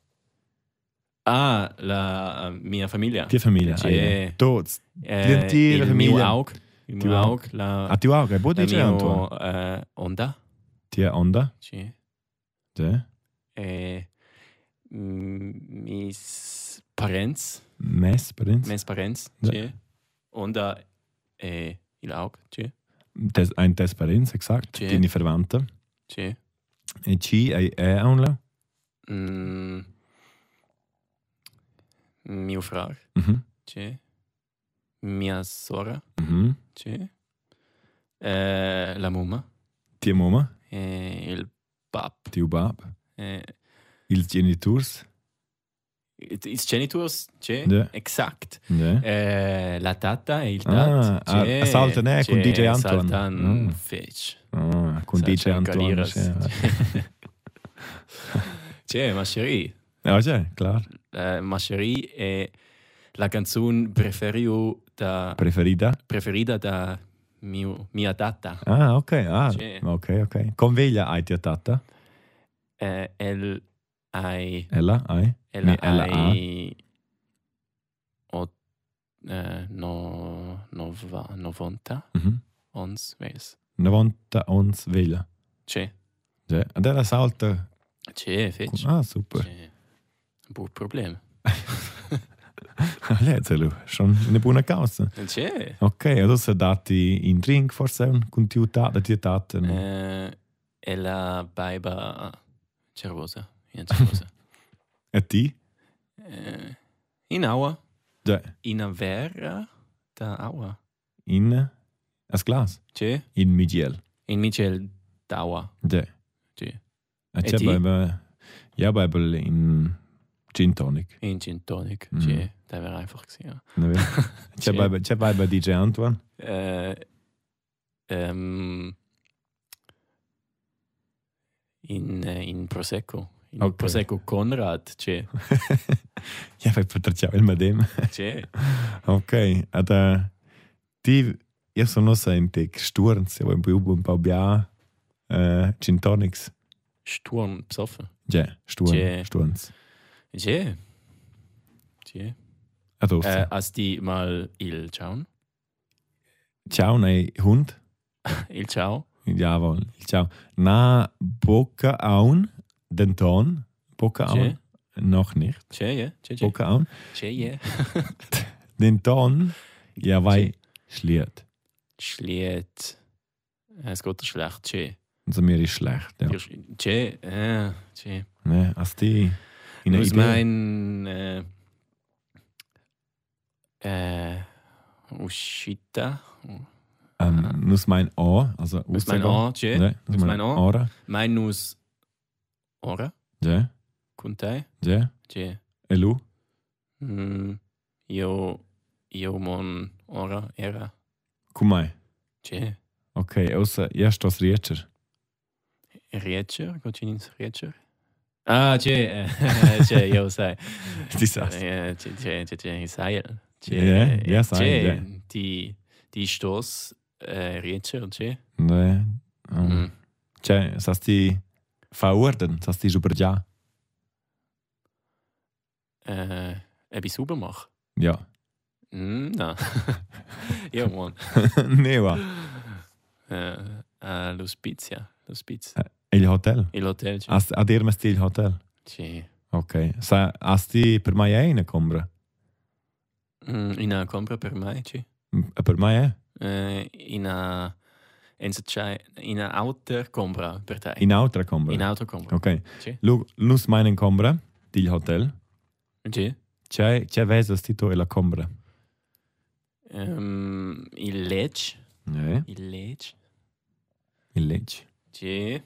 [SPEAKER 3] Ah, la mia famiglia.
[SPEAKER 1] Die Familie.
[SPEAKER 3] Sì.
[SPEAKER 1] Sì. Tots. L'intera
[SPEAKER 3] il mio
[SPEAKER 1] famiglia.
[SPEAKER 3] aug, il
[SPEAKER 1] Ti
[SPEAKER 3] mio
[SPEAKER 1] aug.
[SPEAKER 3] aug, la,
[SPEAKER 1] A ti auge, bo
[SPEAKER 3] la
[SPEAKER 1] dice Anton.
[SPEAKER 3] mio eh, onda,
[SPEAKER 1] Ti onda?
[SPEAKER 3] sì.
[SPEAKER 1] Sì.
[SPEAKER 3] e mm, mis parents,
[SPEAKER 1] Mes prinz.
[SPEAKER 3] mes parents,
[SPEAKER 1] Ja.
[SPEAKER 3] sì. onda e il aug, sì,
[SPEAKER 1] Des, ein des prinz, exakt.
[SPEAKER 3] Sì.
[SPEAKER 1] Dini verwandte.
[SPEAKER 3] sì.
[SPEAKER 1] E ci e e onla.
[SPEAKER 3] Mm, mio frag,
[SPEAKER 1] Mhm.
[SPEAKER 3] sì. mia sora,
[SPEAKER 1] Mhm.
[SPEAKER 3] sì. eh, la mamma,
[SPEAKER 1] Ti mama,
[SPEAKER 3] e il pap,
[SPEAKER 1] ti bab.
[SPEAKER 3] eh,
[SPEAKER 1] Il genitors.
[SPEAKER 3] i genitors, sì,
[SPEAKER 1] Ja.
[SPEAKER 3] exact.
[SPEAKER 1] Sì.
[SPEAKER 3] Eh, la tata e il
[SPEAKER 1] Ah,
[SPEAKER 3] tat.
[SPEAKER 1] ah,
[SPEAKER 3] c'è-
[SPEAKER 1] Saltan, eh, con
[SPEAKER 3] c'è
[SPEAKER 1] DJ Anton.
[SPEAKER 3] Saltan
[SPEAKER 1] Mm.
[SPEAKER 3] Fitch.
[SPEAKER 1] Ah, con dice
[SPEAKER 3] Saltan
[SPEAKER 1] Anton.
[SPEAKER 3] Caliras.
[SPEAKER 1] Sì.
[SPEAKER 3] C'è Mascheri.
[SPEAKER 1] Ah, sì, klar.
[SPEAKER 3] Eh, Mascheri è la canzone preferio da,
[SPEAKER 1] Preferida.
[SPEAKER 3] preferita da Mio, mia data.
[SPEAKER 1] Ah, okay. Ah,
[SPEAKER 3] Sì.
[SPEAKER 1] okay, okay. Conveglia ai tia tata.
[SPEAKER 3] Äh, L, I,
[SPEAKER 1] Ella, ai.
[SPEAKER 3] L,
[SPEAKER 1] Mi- L, A.
[SPEAKER 3] I, O, äh, no, nova, novanta,
[SPEAKER 1] Mhm.
[SPEAKER 3] ons, weiss.
[SPEAKER 1] 90 ons veglia.
[SPEAKER 3] C'è,
[SPEAKER 1] Sì. Ed era salta.
[SPEAKER 3] c'è, fece.
[SPEAKER 1] Ah, super.
[SPEAKER 3] C'è. Bu problem.
[SPEAKER 1] Lezzelo, schon eine buona causa.
[SPEAKER 3] C'è.
[SPEAKER 1] Ok, adesso dati in drink forse un contiuta da tia tata.
[SPEAKER 3] Äh, ella baiba cervosa. In cervosa.
[SPEAKER 1] E ti?
[SPEAKER 3] äh, in aua.
[SPEAKER 1] Sì.
[SPEAKER 3] In vera da aua.
[SPEAKER 1] In a glas.
[SPEAKER 3] C'è.
[SPEAKER 1] In migiel.
[SPEAKER 3] In Michel daua.
[SPEAKER 1] Sì.
[SPEAKER 3] Sì.
[SPEAKER 1] E
[SPEAKER 3] E
[SPEAKER 1] c'è
[SPEAKER 3] ti?
[SPEAKER 1] Bible, ja Bible in Gin Tonic.
[SPEAKER 3] In Gin Tonic.
[SPEAKER 1] Mhm.
[SPEAKER 3] C'è. Da wäre einfach gewesen.
[SPEAKER 1] ne vero? C'è
[SPEAKER 3] Sì.
[SPEAKER 1] Bible, c'è Bible DJ Antoine.
[SPEAKER 3] Ja. Äh, ähm, in, äh, in Prosecco. In
[SPEAKER 1] Okay.
[SPEAKER 3] Prosecco Konrad. C'è.
[SPEAKER 1] Ja, vai potracciare il medem.
[SPEAKER 3] C'è.
[SPEAKER 1] Ok, ad uh, ti io sono sente Sturm, se vuoi più un po' bia uh, Gin Tonics.
[SPEAKER 3] Sturm besoffen.
[SPEAKER 1] Già, Sturm,
[SPEAKER 3] Sì.
[SPEAKER 1] Sturm.
[SPEAKER 3] C'è. C'è.
[SPEAKER 1] Adosso.
[SPEAKER 3] Äh, als die mal il ciao.
[SPEAKER 1] ciao nei hund.
[SPEAKER 3] Il ciao.
[SPEAKER 1] Jawohl, ciao. Na bocca aun denton. Bocca aun.
[SPEAKER 3] Sì.
[SPEAKER 1] Noch nicht.
[SPEAKER 3] C'è, ja. C'è, c'è.
[SPEAKER 1] Bocca aun.
[SPEAKER 3] C'è, ja.
[SPEAKER 1] Denton. Ja, vai schliert.
[SPEAKER 3] Schliet. Äh, Es geht dir schlecht. C'è.
[SPEAKER 1] Also mir ist schlecht. Ja.
[SPEAKER 3] Dir- C'è. Äh, c'è.
[SPEAKER 1] Ne, hast du in
[SPEAKER 3] Aus mein äh, äh, Ushita,
[SPEAKER 1] Ähm, nus mein O, also
[SPEAKER 3] aus mein Ohr, tschä.
[SPEAKER 1] Ne, nus
[SPEAKER 3] Aus
[SPEAKER 1] mein
[SPEAKER 3] mein Ohr.
[SPEAKER 1] Ora.
[SPEAKER 3] mein aus Ora,
[SPEAKER 1] Ja,
[SPEAKER 3] Kuntai,
[SPEAKER 1] ja.
[SPEAKER 3] tschä.
[SPEAKER 1] Elu.
[SPEAKER 3] Mm, Jo, Jo mon Ora, Era,
[SPEAKER 1] Kumai.
[SPEAKER 3] tschä.
[SPEAKER 1] Okay, außer erst das Rietscher.
[SPEAKER 3] Rietscher, geht ihr ins Rietscher? Ah, tschä, äh, tschä, Jo sei.
[SPEAKER 1] Die sagst.
[SPEAKER 3] Äh, Tschä, tschä, tschä, tschä, sei.
[SPEAKER 1] Ja, ja, sei, ja.
[SPEAKER 3] Die, die Stoß, äh, Rietscher, tschä.
[SPEAKER 1] Ne. ähm,
[SPEAKER 3] Mm.
[SPEAKER 1] Tschä, sagst du verurden, sagst du über ja.
[SPEAKER 3] Äh, etwas sauber machen.
[SPEAKER 1] Ja.
[SPEAKER 3] Mm, na. ja, Mann.
[SPEAKER 1] Ne, wa.
[SPEAKER 3] Äh, äh, L'Hospizia. L'Hospiz.
[SPEAKER 1] Il Hotel.
[SPEAKER 3] Il Hotel. Sì.
[SPEAKER 1] Hast ad irmes til Hotel.
[SPEAKER 3] Sì.
[SPEAKER 1] Okay. Sa hast du per mai eine compra?
[SPEAKER 3] Mm, in a compra per me, sì.
[SPEAKER 1] Per mai eh?
[SPEAKER 3] Eh, in a... En se c'è in a outer compra per te. In,
[SPEAKER 1] In outra compra.
[SPEAKER 3] outer compra.
[SPEAKER 1] Okay.
[SPEAKER 3] Sì.
[SPEAKER 1] Lu nus meinen compra til Hotel.
[SPEAKER 3] Sì.
[SPEAKER 1] C'è c'è vesa stito e la compra.
[SPEAKER 3] Ehm, il Ledge.
[SPEAKER 1] Ne.
[SPEAKER 3] Il Ledge.
[SPEAKER 1] Il Lecce.
[SPEAKER 3] Sì.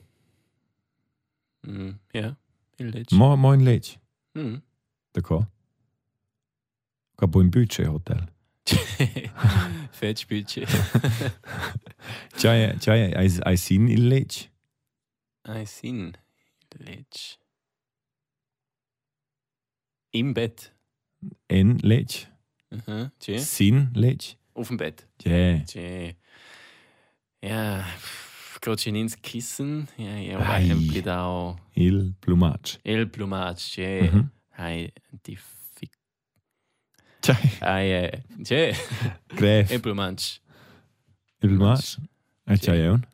[SPEAKER 3] Mm, ja. Il Ledge.
[SPEAKER 1] Mo mo in Lecce.
[SPEAKER 3] mm.
[SPEAKER 1] D'accord. Qua buon budget hotel.
[SPEAKER 3] Fettspülchen.
[SPEAKER 1] C'è c'è ai ai sin il Lecce.
[SPEAKER 3] I seen Ledge. Im Bett.
[SPEAKER 1] En Lecce.
[SPEAKER 3] Mhm. Tje.
[SPEAKER 1] Sin Lecce.
[SPEAKER 3] Auf dem Bett.
[SPEAKER 1] Yeah.
[SPEAKER 3] Tje. Ja, pff, geht schon ins Kissen. Ja, ja,
[SPEAKER 1] Ei.
[SPEAKER 3] eigentlich auch.
[SPEAKER 1] Il plumage.
[SPEAKER 3] El Plumage, tje.
[SPEAKER 1] Mhm.
[SPEAKER 3] Ei, die Fick.
[SPEAKER 1] C'è
[SPEAKER 3] Ei, äh, tje.
[SPEAKER 1] gref.
[SPEAKER 3] El Plumage.
[SPEAKER 1] Il plumage. Eh, c'è un.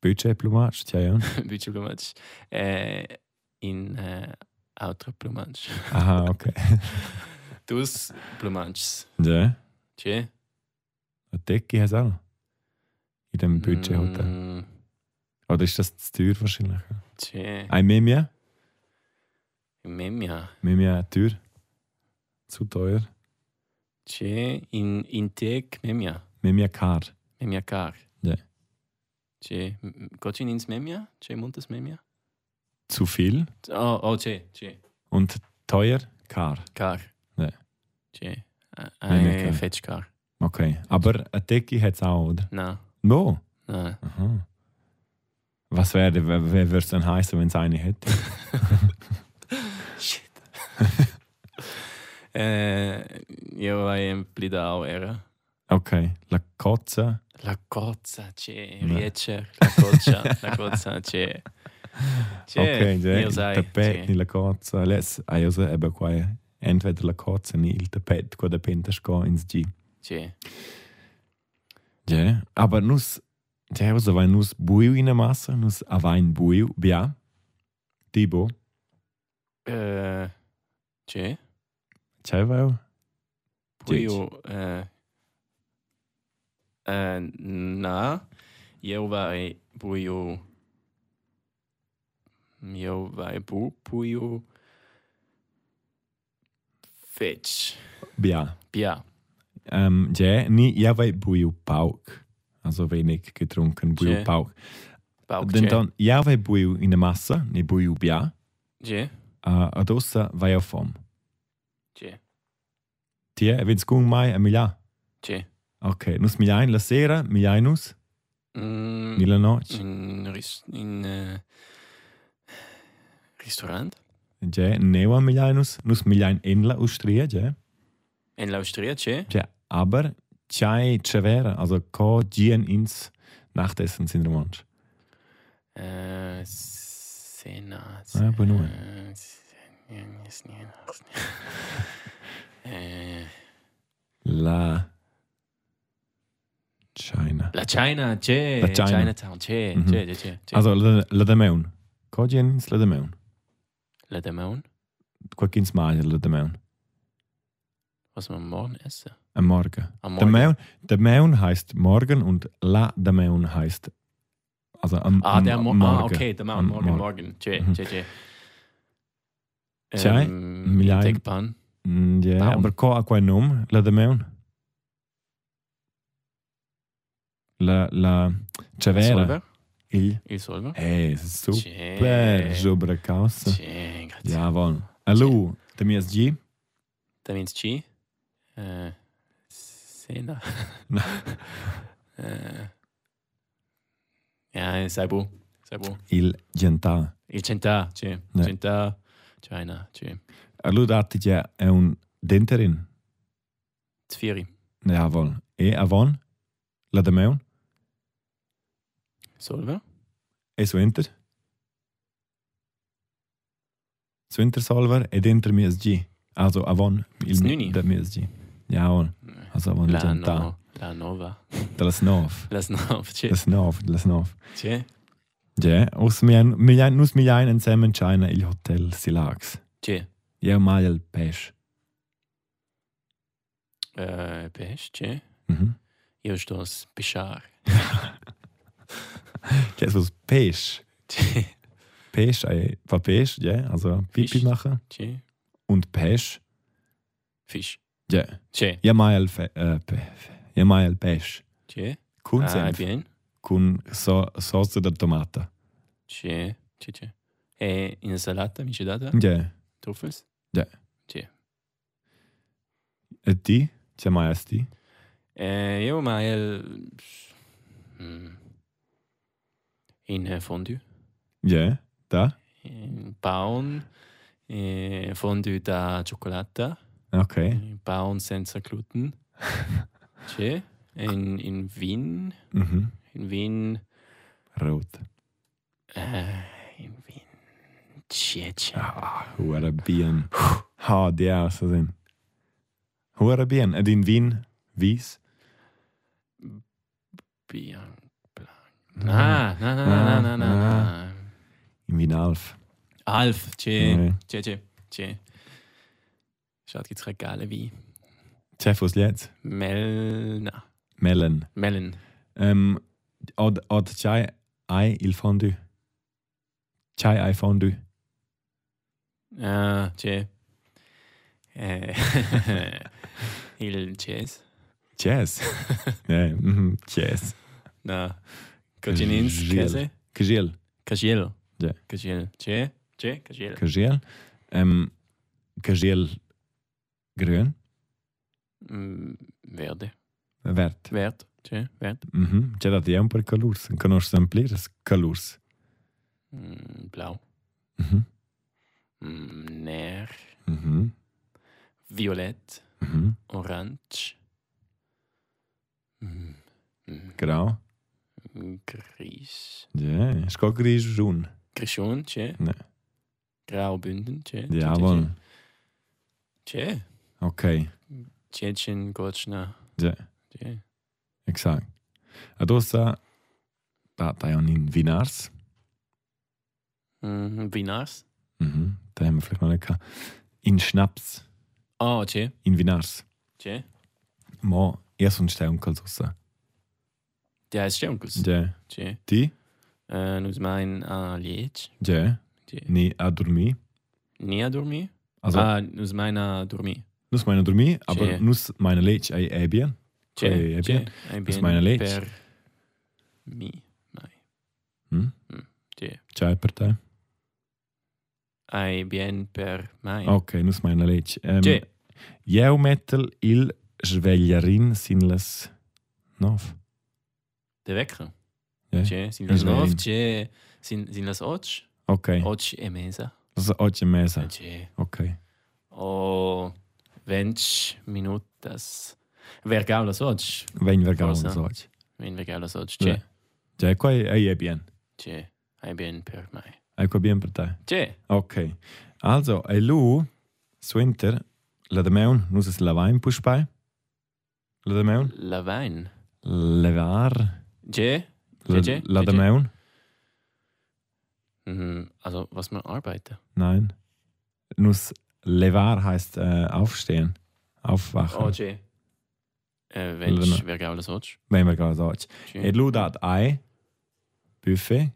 [SPEAKER 1] Budget plumage, c'è un.
[SPEAKER 3] Budget Plumage. Äh, in äh, Outre Plumage.
[SPEAKER 1] Aha, okay.
[SPEAKER 3] Dus Plumage.
[SPEAKER 1] Ja.
[SPEAKER 3] Tje.
[SPEAKER 1] Eine Decke hast du auch noch. In dem Budgethotel.
[SPEAKER 3] Mm,
[SPEAKER 1] Oder ist das zu teuer wahrscheinlich?
[SPEAKER 3] Tje.
[SPEAKER 1] Ein Mimia?
[SPEAKER 3] Memja.
[SPEAKER 1] Mimia teuer. Zu teuer.
[SPEAKER 3] Če in, in tek memja,
[SPEAKER 1] Mimia car.
[SPEAKER 3] memja kar.
[SPEAKER 1] Ja.
[SPEAKER 3] Če, kot in ins memja, če muntes memja?
[SPEAKER 1] Zu viel
[SPEAKER 3] O, o, če, če,
[SPEAKER 1] und teuer car.
[SPEAKER 3] kar.
[SPEAKER 1] Ja.
[SPEAKER 3] Če,
[SPEAKER 1] Memja
[SPEAKER 3] aj
[SPEAKER 1] kar.
[SPEAKER 3] feč kar.
[SPEAKER 1] Okay. Aber eine Decke hat es auch, oder?
[SPEAKER 3] Na,
[SPEAKER 1] No.
[SPEAKER 3] na.
[SPEAKER 1] Aha. Was wäre, wer würde es dann heißen, wenn es eine hätte?
[SPEAKER 3] Shit. eh, jo, aj en plida au era.
[SPEAKER 1] Okay. La Kotze,
[SPEAKER 3] La cozza c'è, riesce, la cozza, la cozza c'è.
[SPEAKER 1] Ok,
[SPEAKER 3] io sai.
[SPEAKER 1] il tappeto, la cozza. Adesso io so, ebbe qua eh. entweder la cozza né il tappeto, qua da pentasco ins G.
[SPEAKER 3] c'è.
[SPEAKER 1] Ja, aber nus, ja, so wein nus buiu in der Masse, nus a wein buiu, bia, tibo,
[SPEAKER 3] C'è. Eh, C'è.
[SPEAKER 1] cevau,
[SPEAKER 3] Poi
[SPEAKER 1] C'è.
[SPEAKER 3] io... eh, eh, Na. Io vai... Poi io... Io vai... bu- Poi io... Fetch.
[SPEAKER 1] bia.
[SPEAKER 3] Pia.
[SPEAKER 1] Ähm, ja, ni, ja wei buiu pauk, also wenig getrunken, buiu
[SPEAKER 3] Ja.
[SPEAKER 1] pauk.
[SPEAKER 3] Bauch
[SPEAKER 1] Denn
[SPEAKER 3] c'è.
[SPEAKER 1] dann, ja wei buiu in der Masse, ni buiu bia, Äh,
[SPEAKER 3] C'è.
[SPEAKER 1] a adossa wei auf vom.
[SPEAKER 3] C'è.
[SPEAKER 1] Tie, wenn's gung mai, a milja.
[SPEAKER 3] C'è.
[SPEAKER 1] Okay, nus miljain la sera, miljainus,
[SPEAKER 3] Mm,
[SPEAKER 1] mila noc.
[SPEAKER 3] In, ris- in eh, restaurant?
[SPEAKER 1] Ja, neua miljainus, nus miljain enla ustria, ja.
[SPEAKER 3] In l'Austria c'è?
[SPEAKER 1] Tja, aber Chai Cevera, also Ko Gien ins Nachtessen sind Romansch.
[SPEAKER 3] Eh, Sena.
[SPEAKER 1] Ah, poi noi.
[SPEAKER 3] eh, Sena- Sena- Eh,
[SPEAKER 1] La China.
[SPEAKER 3] La China c'è.
[SPEAKER 1] La China.
[SPEAKER 3] Chinatown c'è.
[SPEAKER 1] Mhm.
[SPEAKER 3] C'è, c'è, c'è. c'è.
[SPEAKER 1] Also la, la Demeun. Ko Gien ins La Demeun.
[SPEAKER 3] La Damon,
[SPEAKER 1] Qua ins Maier La Demeun.
[SPEAKER 3] was wir morgen essen.
[SPEAKER 1] Am Morgen.
[SPEAKER 3] Am Morgen.
[SPEAKER 1] Demeun, Demeun heißt Morgen und La Demeun heißt also am,
[SPEAKER 3] ah,
[SPEAKER 1] am
[SPEAKER 3] der Mo
[SPEAKER 1] Morgen.
[SPEAKER 3] Ah, okay, der
[SPEAKER 1] Am
[SPEAKER 3] Morgen, morgen,
[SPEAKER 1] Morgen.
[SPEAKER 3] morgen. C'è,
[SPEAKER 1] Mhm.
[SPEAKER 3] c'è, c'è.
[SPEAKER 1] C'è?
[SPEAKER 3] Ehm,
[SPEAKER 1] Milan.
[SPEAKER 3] Take pan.
[SPEAKER 1] Mm, Ja,
[SPEAKER 3] Down.
[SPEAKER 1] aber ko a quai nom La Demeun? La, la Cevera.
[SPEAKER 3] Solver?
[SPEAKER 1] Il.
[SPEAKER 3] Il Solver?
[SPEAKER 1] Hey, es ist super.
[SPEAKER 3] C'è.
[SPEAKER 1] Super, sobre causa.
[SPEAKER 3] C'è, grazie.
[SPEAKER 1] Jawohl. Hallo, der MSG.
[SPEAKER 3] Da vince G. Äh, Sena. äh, ja, sai bu. Sai bu.
[SPEAKER 1] Il Gentà.
[SPEAKER 3] Il centà, c'è.
[SPEAKER 1] Ne.
[SPEAKER 3] Centà, China, c'è.
[SPEAKER 1] Hallo, dat is ja een denterin.
[SPEAKER 3] Zfiri.
[SPEAKER 1] Jawohl. E avon? La de meun?
[SPEAKER 3] Solver?
[SPEAKER 1] E suenter? Suenter solver e denter MSG. Also avon.
[SPEAKER 3] Snuni.
[SPEAKER 1] Il de MSG. Jawohl. Also avon il
[SPEAKER 3] La,
[SPEAKER 1] Gentà.
[SPEAKER 3] no, la nova.
[SPEAKER 1] Das Nov.
[SPEAKER 3] La snov, c'è.
[SPEAKER 1] Das Nov, das Nov.
[SPEAKER 3] C'è.
[SPEAKER 1] Ja, aus mir, mir, nus mir ein Samen China il Hotel Silax.
[SPEAKER 3] C'è.
[SPEAKER 1] Ja, mal il Pesch.
[SPEAKER 3] Äh, Pesh, c'è.
[SPEAKER 1] Mhm.
[SPEAKER 3] Io sto spishar.
[SPEAKER 1] Das was Pesch.
[SPEAKER 3] C'è.
[SPEAKER 1] Pesch, äh, war Pesch, ja, also Pipi
[SPEAKER 3] Fisch.
[SPEAKER 1] machen.
[SPEAKER 3] C'è.
[SPEAKER 1] Und Pesch,
[SPEAKER 3] Fisch.
[SPEAKER 1] ja.
[SPEAKER 3] C'è.
[SPEAKER 1] Ja, mal, Fe- äh, Pe- ja, mal Pesch.
[SPEAKER 3] C'è.
[SPEAKER 1] Kun
[SPEAKER 3] Ah,
[SPEAKER 1] Senf,
[SPEAKER 3] bien.
[SPEAKER 1] kun so Sauce der Tomate.
[SPEAKER 3] C'è. C'è, c'è. E insalata, mi c'è data?
[SPEAKER 1] Ja.
[SPEAKER 3] Truffels?
[SPEAKER 1] Et Äh, die, ja, mal als die.
[SPEAKER 3] Eh, io ma il... Mm. In eh, fondue.
[SPEAKER 1] Ja, da.
[SPEAKER 3] In Pound. eh, Fondue da cioccolata.
[SPEAKER 1] Okay.
[SPEAKER 3] in Pound senza gluten. C'è. In, in Wien.
[SPEAKER 1] Mhm.
[SPEAKER 3] In Wien.
[SPEAKER 1] Rot.
[SPEAKER 3] eh, in Wien. C'è, c'è.
[SPEAKER 1] Ah, hure Bien. Ha, die aus sind. Hure Bien. Und in Wien, Wies.
[SPEAKER 3] Bian. Na, na, na, na, na, na, na. na.
[SPEAKER 1] In Wien Alf. Äh,
[SPEAKER 3] Alf. C'è.
[SPEAKER 1] Ja.
[SPEAKER 3] C'è, c'è. C'è. Schaut, gibt's Regale wie
[SPEAKER 1] Chef, was jetzt?
[SPEAKER 3] Melna.
[SPEAKER 1] Melon.
[SPEAKER 3] Melon.
[SPEAKER 1] Um, od, od chai ai il fondue. Chai ai fondue.
[SPEAKER 3] Ah, c'è. Eh, il jazz?
[SPEAKER 1] Cheers. ja, mhm, cheers.
[SPEAKER 3] No. Coginins,
[SPEAKER 1] Cagiel.
[SPEAKER 3] Käse?
[SPEAKER 1] Kajiel.
[SPEAKER 3] Cagiel.
[SPEAKER 1] Ja.
[SPEAKER 3] Cagiel. C'è? C'è? Cagiel.
[SPEAKER 1] Kajiel. Um, Kajiel grün.
[SPEAKER 3] Mm, verde.
[SPEAKER 1] Vert.
[SPEAKER 3] Verde. C'è? Verde.
[SPEAKER 1] Mhm. C'è dat je un per calurs. Conosci sempre calurs.
[SPEAKER 3] Mm, blau.
[SPEAKER 1] Mhm.
[SPEAKER 3] Mm, ner.
[SPEAKER 1] Mhm.
[SPEAKER 3] Violett.
[SPEAKER 1] Mhm.
[SPEAKER 3] Orange. Mm, Mhm.
[SPEAKER 1] Grau.
[SPEAKER 3] Gris.
[SPEAKER 1] Ja, ist gar griechisch Run.
[SPEAKER 3] Grishon, tschä.
[SPEAKER 1] Ne.
[SPEAKER 3] Graubünden, tschä. tschä,
[SPEAKER 1] Jawohl.
[SPEAKER 3] Tschä.
[SPEAKER 1] Okay,
[SPEAKER 3] Tschä, Tschetschen, Gotschna.
[SPEAKER 1] Ja.
[SPEAKER 3] Tschä.
[SPEAKER 1] exakt. Adossa, da da ja in Vinars.
[SPEAKER 3] Mhm. Binars.
[SPEAKER 1] Mhm, da haben wir vielleicht noch nicht gehabt. In Schnaps,
[SPEAKER 3] Ah, tschä.
[SPEAKER 1] in Vinars.
[SPEAKER 3] Tschä.
[SPEAKER 1] Mo, erst und Steunkel Adossa.
[SPEAKER 3] Der heißt Stönkels.
[SPEAKER 1] Ja.
[SPEAKER 3] Tschä.
[SPEAKER 1] Ti?
[SPEAKER 3] Äh, nus mein äh, Lied.
[SPEAKER 1] Ja.
[SPEAKER 3] Tschä.
[SPEAKER 1] Ni a dormi.
[SPEAKER 3] Nia dormi.
[SPEAKER 1] Also,
[SPEAKER 3] Ah, nus meiner dormi.
[SPEAKER 1] nus meine dormi,
[SPEAKER 3] Sì.
[SPEAKER 1] aber nus meine Leitsch ei ebien. Okay,
[SPEAKER 3] Tschä.
[SPEAKER 1] eh
[SPEAKER 3] Tschä.
[SPEAKER 1] bien.
[SPEAKER 3] Ein
[SPEAKER 1] Nus
[SPEAKER 3] bisschen
[SPEAKER 1] meine Leitsch.
[SPEAKER 3] Per mi.
[SPEAKER 1] Hm?
[SPEAKER 3] Tschä.
[SPEAKER 1] Tschai Partei.
[SPEAKER 3] Ein bien per mai.
[SPEAKER 1] Okay, nus meine Leitsch. Ähm,
[SPEAKER 3] Tschä.
[SPEAKER 1] Jeumetel il Schwellerin sinles nov.
[SPEAKER 3] Der Wecker.
[SPEAKER 1] Ja.
[SPEAKER 3] Tschä. Sind das
[SPEAKER 1] Schwerin.
[SPEAKER 3] Nov? Tschä. Sind sind das Otsch?
[SPEAKER 1] Okay,
[SPEAKER 3] Otsch e Mesa.
[SPEAKER 1] also oggi mesa.
[SPEAKER 3] Tschä.
[SPEAKER 1] Okay.
[SPEAKER 3] O 20 minutas. Wer gau das Otsch?
[SPEAKER 1] Wenn wir gehen,
[SPEAKER 3] Cosa?
[SPEAKER 1] so oggi.
[SPEAKER 3] Wenn wir gau das Otsch? Tschä.
[SPEAKER 1] Ja. Ja, ecco ei ebien.
[SPEAKER 3] Tschä. Ein bien per mai.
[SPEAKER 1] Ecco bien Partei.
[SPEAKER 3] Tschä.
[SPEAKER 1] Okay. Also, e lu, swinter, la demeun, nus es lavain puspai. La demeun.
[SPEAKER 3] Lavein.
[SPEAKER 1] Levar.
[SPEAKER 3] Tschä.
[SPEAKER 1] La,
[SPEAKER 3] Gigi?
[SPEAKER 1] la
[SPEAKER 3] Gigi?
[SPEAKER 1] demeun.
[SPEAKER 3] Mhm, Also, was wir arbeiten.
[SPEAKER 1] Nein. Nus levar heißt äh, aufstehen, aufwachen.
[SPEAKER 3] Oh, Jay. Äh, wenn
[SPEAKER 1] Lena.
[SPEAKER 3] ich, wer gau das Otsch?
[SPEAKER 1] Wenn wir gerade sagen.
[SPEAKER 3] Tschä.
[SPEAKER 1] Et lu dat ei buffet.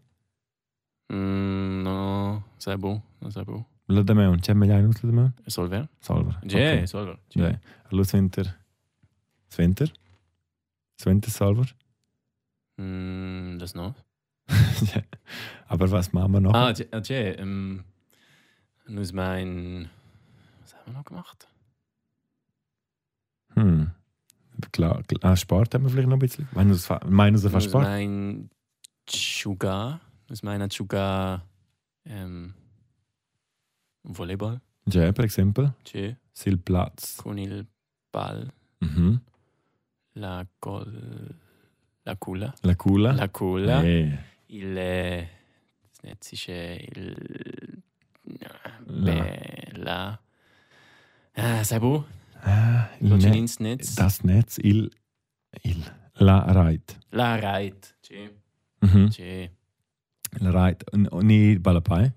[SPEAKER 3] Mm, no, sei bon, no, sei bon.
[SPEAKER 1] La demeun, c'è meglio nus la demeun?
[SPEAKER 3] Solver?
[SPEAKER 1] Salver.
[SPEAKER 3] Jay, okay. Solver.
[SPEAKER 1] Ja. Lu swinter. Swinter. Swinter salver.
[SPEAKER 3] Mm, das noch?
[SPEAKER 1] Ja. Aber was machen wir noch?
[SPEAKER 3] Ah, Jay, ah, Jay ähm, nus mein, was haben wir noch gemacht?
[SPEAKER 1] Hm. Klar, klar. Ah, Sport haben wir vielleicht noch ein bisschen. Meinen Sie, meinen Sie Also fast
[SPEAKER 3] Nus
[SPEAKER 1] Sport?
[SPEAKER 3] mein Sugar, nus meiner Sugar, ähm, Volleyball,
[SPEAKER 1] Ja, per Exempel.
[SPEAKER 3] Jay,
[SPEAKER 1] Sil Platz.
[SPEAKER 3] con il Ball,
[SPEAKER 1] Mhm.
[SPEAKER 3] la Gol, la Cula,
[SPEAKER 1] La Cula.
[SPEAKER 3] la Cula.
[SPEAKER 1] Ah. Eh,
[SPEAKER 3] il eh, das Netz ist äh, il
[SPEAKER 1] La.
[SPEAKER 3] Beh, la ah, sei bu
[SPEAKER 1] Ah, il
[SPEAKER 3] Lutschi
[SPEAKER 1] Ne-
[SPEAKER 3] ins Netz
[SPEAKER 1] das Netz, il, il, la Reit.
[SPEAKER 3] la reit Tschä,
[SPEAKER 1] Mhm.
[SPEAKER 3] tschä.
[SPEAKER 1] La Reit. N- Nee, Balapai.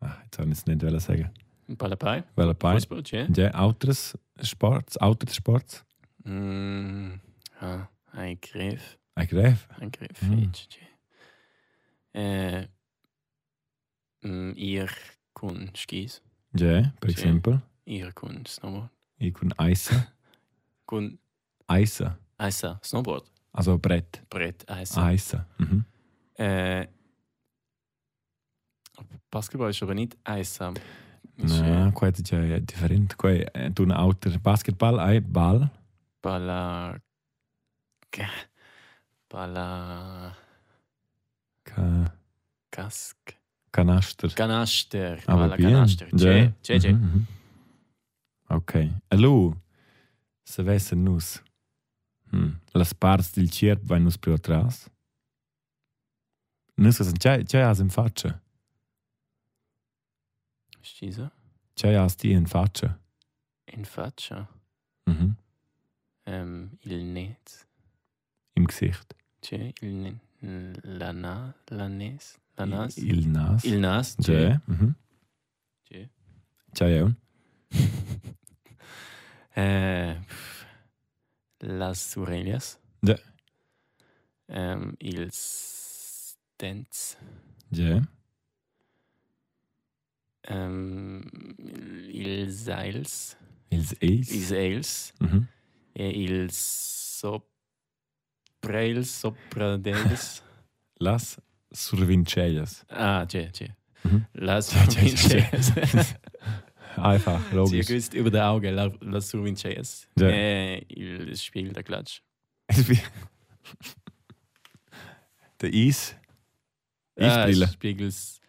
[SPEAKER 1] Ah, jetzt habe ich es nicht wollen sagen.
[SPEAKER 3] Und Balapai
[SPEAKER 1] Balapai.
[SPEAKER 3] Fußball tschä.
[SPEAKER 1] Ja, Autres Sports, Autres Sports.
[SPEAKER 3] Mm, ah, ein Griff
[SPEAKER 1] Ein Greif.
[SPEAKER 3] ein Griff
[SPEAKER 1] Mm.
[SPEAKER 3] Fitch, tschä. äh, mm, ihr kun skis
[SPEAKER 1] Ja, per
[SPEAKER 3] Ja.
[SPEAKER 1] Exempel.
[SPEAKER 3] ihr kun snowboard
[SPEAKER 1] Ich kann Eisen.
[SPEAKER 3] kun
[SPEAKER 1] Eisen.
[SPEAKER 3] Eisa snowboard
[SPEAKER 1] Also Brett.
[SPEAKER 3] Brett Eisa
[SPEAKER 1] Eisen. Mhm.
[SPEAKER 3] Äh, Basketball ist aber nicht einsam. Ist,
[SPEAKER 1] No,
[SPEAKER 3] äh,
[SPEAKER 1] qua è già differente. Qua è un outer basketball, hai ball,
[SPEAKER 3] Bala. Ga- Bala.
[SPEAKER 1] ca,
[SPEAKER 3] Kask.
[SPEAKER 1] canaster.
[SPEAKER 3] Kanaster.
[SPEAKER 1] Aber
[SPEAKER 3] Bala
[SPEAKER 1] bien.
[SPEAKER 3] Kanaster.
[SPEAKER 1] Ja.
[SPEAKER 3] Tschä, tschä, tschä.
[SPEAKER 1] Mhm, mhm. Ok. Allora, se avesse nus, hm, la spars del cerb vai nus più atrás. Nus, c'è, c'è as in faccia.
[SPEAKER 3] Ist dieser?
[SPEAKER 1] C'è as ti in faccia.
[SPEAKER 3] In faccia.
[SPEAKER 1] Mhm.
[SPEAKER 3] Ähm, il net.
[SPEAKER 1] Im Gesicht.
[SPEAKER 3] Tschä, il net. Lana. Lanes. Lanas.
[SPEAKER 1] Il nas.
[SPEAKER 3] Il nas. Tschä.
[SPEAKER 1] C'è. Mhm.
[SPEAKER 3] Tschä.
[SPEAKER 1] C'è un.
[SPEAKER 3] Äh, pff. Las Aurelias.
[SPEAKER 1] Ja.
[SPEAKER 3] Ähm, il Stens.
[SPEAKER 1] C'è.
[SPEAKER 3] Ähm, il Seils.
[SPEAKER 1] Il
[SPEAKER 3] Il
[SPEAKER 1] eis.
[SPEAKER 3] Seils.
[SPEAKER 1] Mhm.
[SPEAKER 3] Äh, il Soprails. Sopradels.
[SPEAKER 1] Las survincellas.
[SPEAKER 3] ah, tschä, tschä.
[SPEAKER 1] Mhm.
[SPEAKER 3] Las
[SPEAKER 1] tschä, tschä.
[SPEAKER 3] Provincias.
[SPEAKER 1] Einfach,
[SPEAKER 3] Sie
[SPEAKER 1] logisch.
[SPEAKER 3] grüßt über die Augen. La- Las Provincias.
[SPEAKER 1] Ja.
[SPEAKER 3] Äh, il Spiel der Klatsch.
[SPEAKER 1] der Eis.
[SPEAKER 3] Ah,
[SPEAKER 1] Eisbrille.
[SPEAKER 3] Spiegels.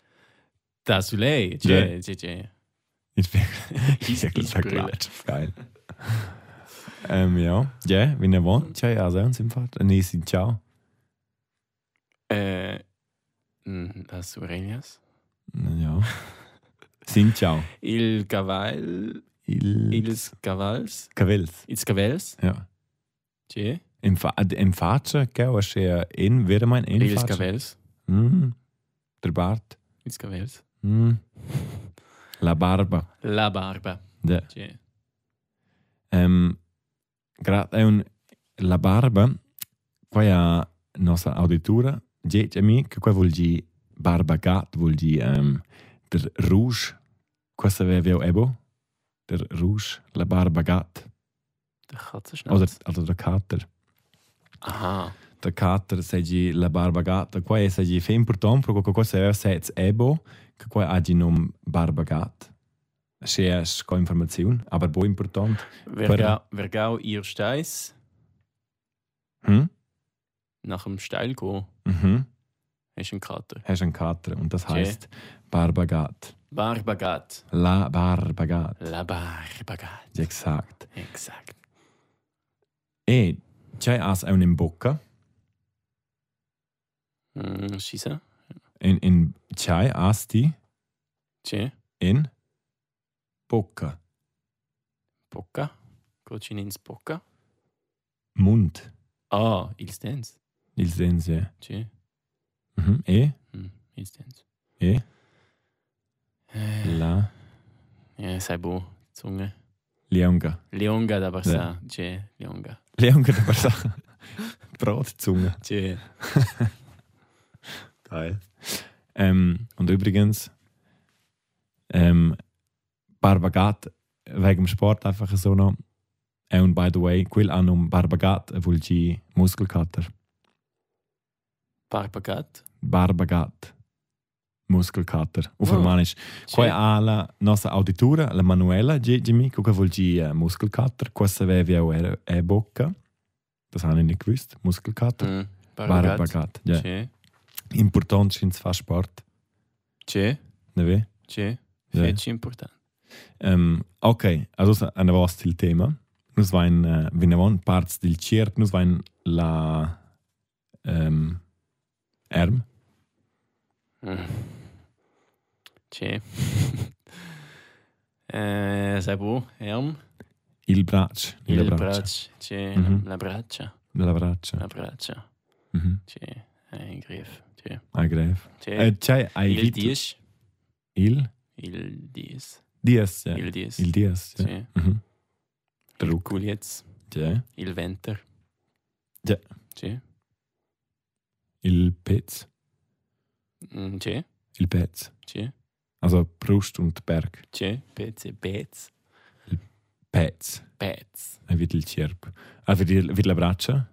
[SPEAKER 3] Da Soleil. Tschä, tschä, tschä.
[SPEAKER 1] Ich bin
[SPEAKER 3] Eis-
[SPEAKER 1] ich bin
[SPEAKER 3] Eisbrille.
[SPEAKER 1] verklatscht. Geil. Ähm, ja. Ja, wenn ihr wollt, ja, also uns im Vater. Nee, sind ciao.
[SPEAKER 3] Äh, mh, das ist Aurelias.
[SPEAKER 1] Ja. Sind ciao.
[SPEAKER 3] Il Gaval.
[SPEAKER 1] Il
[SPEAKER 3] Ils Gavals.
[SPEAKER 1] Cavels.
[SPEAKER 3] Ils Gavels.
[SPEAKER 1] Ja.
[SPEAKER 3] Tje.
[SPEAKER 1] Im, Fa äh, im Vater, gell, was er in, wäre mein in
[SPEAKER 3] Ils
[SPEAKER 1] Vater.
[SPEAKER 3] Gavels.
[SPEAKER 1] Mm. Der Bart.
[SPEAKER 3] Ils Gavels.
[SPEAKER 1] Mm. La Barba.
[SPEAKER 3] La Barba.
[SPEAKER 1] Ja.
[SPEAKER 3] Tje.
[SPEAKER 1] Ehm, gra- è un- la barba, qua è la nostra auditura, dieci amici, qua vuol dire barba gat, vuol dire ehm, der rouge, questo avevo ebo, der rouge, la barba gat,
[SPEAKER 3] Der
[SPEAKER 1] oder,
[SPEAKER 3] Katzenschnauz.
[SPEAKER 1] also der kater.
[SPEAKER 3] Aha.
[SPEAKER 1] Der kater seggi la barba gat, qua è seggi fe important, perché questo è sez ebo, che qua agi nom barba gat. Se è sco informazione, aber bo important.
[SPEAKER 3] Vergau, Vergau ihr Steiß.
[SPEAKER 1] Hm?
[SPEAKER 3] Nach dem Steil gehen.
[SPEAKER 1] Mhm.
[SPEAKER 3] Hast du einen Kater.
[SPEAKER 1] hast einen Kater und das
[SPEAKER 3] Okay.
[SPEAKER 1] heißt Barbagat.
[SPEAKER 3] Barbagat.
[SPEAKER 1] La Barbagat.
[SPEAKER 3] La Barbagat.
[SPEAKER 1] Ja, gesagt.
[SPEAKER 3] Exakt.
[SPEAKER 1] E c'è as un in bocca,
[SPEAKER 3] Mm, Schieße.
[SPEAKER 1] in, in c'è as ti
[SPEAKER 3] Tje.
[SPEAKER 1] in bocca,
[SPEAKER 3] Bocca. Gehst du ins Bocca?
[SPEAKER 1] mund,
[SPEAKER 3] Ah, ils Dance.
[SPEAKER 1] il senso.
[SPEAKER 3] Tje.
[SPEAKER 1] Mhm. E
[SPEAKER 3] Hm, ils Dance.
[SPEAKER 1] Eh?
[SPEAKER 3] Äh,
[SPEAKER 1] la
[SPEAKER 3] ja, sei bo. Zunge.
[SPEAKER 1] leonga.
[SPEAKER 3] Leonga boh, da Barça.
[SPEAKER 1] Eh.
[SPEAKER 3] Tje. Leonga.
[SPEAKER 1] Leonga da Barsa. Brotzunge.
[SPEAKER 3] Tje.
[SPEAKER 1] Geil. Ähm, und übrigens, ähm, Barbagat wegen dem Sport einfach so noch. Äh, Und by the way, quel annum Barbagat vuol dire Muskelkater.
[SPEAKER 3] Barbagat.
[SPEAKER 1] Barbagat. Muskelkater. Auf
[SPEAKER 3] Oh.
[SPEAKER 1] Romanisch. Quai
[SPEAKER 3] Tje.
[SPEAKER 1] alla nostra auditura, la Manuela, Jimmy, che vuol dire Muskelkater. Questa aveva una e bocca. Das habe ich nicht gewusst. Muskelkater.
[SPEAKER 3] Mm, Barbagat.
[SPEAKER 1] Barbagat. Ja.
[SPEAKER 3] Tje.
[SPEAKER 1] Important scheint es fast Sport.
[SPEAKER 3] Tje.
[SPEAKER 1] Ne weh?
[SPEAKER 3] Tje.
[SPEAKER 1] Ja.
[SPEAKER 3] Fetch important.
[SPEAKER 1] Ähm, okay, also eine was til Thema. Nus wein, äh, wenn ihr wollt, parts del ciert, nus wein la ähm, erm.
[SPEAKER 3] Mm. Tje. eh, sai bu, Erm,
[SPEAKER 1] Il braccio,
[SPEAKER 3] il
[SPEAKER 1] il braccio,
[SPEAKER 3] braccio, tje,
[SPEAKER 1] Mhm.
[SPEAKER 3] la braccia,
[SPEAKER 1] la braccia.
[SPEAKER 3] la braccia, eh,
[SPEAKER 1] Mhm.
[SPEAKER 3] tje, ein Griff, tje.
[SPEAKER 1] A greve.
[SPEAKER 3] tje.
[SPEAKER 1] Eh, c'è ai
[SPEAKER 3] il
[SPEAKER 1] vit
[SPEAKER 3] dies,
[SPEAKER 1] il
[SPEAKER 3] il dies,
[SPEAKER 1] dies, ja.
[SPEAKER 3] il dies,
[SPEAKER 1] Eh, Il dies, ja.
[SPEAKER 3] tje.
[SPEAKER 1] Mhm.
[SPEAKER 3] Il
[SPEAKER 1] Druck.
[SPEAKER 3] Kuliez,
[SPEAKER 1] Ja.
[SPEAKER 3] il venter.
[SPEAKER 1] Ja.
[SPEAKER 3] Tje,
[SPEAKER 1] Il pez,
[SPEAKER 3] Mm, tje,
[SPEAKER 1] il pez.
[SPEAKER 3] tje,
[SPEAKER 1] Also Brust und Berg.
[SPEAKER 3] tje, peze, pez,
[SPEAKER 1] Pez.
[SPEAKER 3] pez.
[SPEAKER 1] Ein Vittel Cierp. Ah, Also wie la braccia,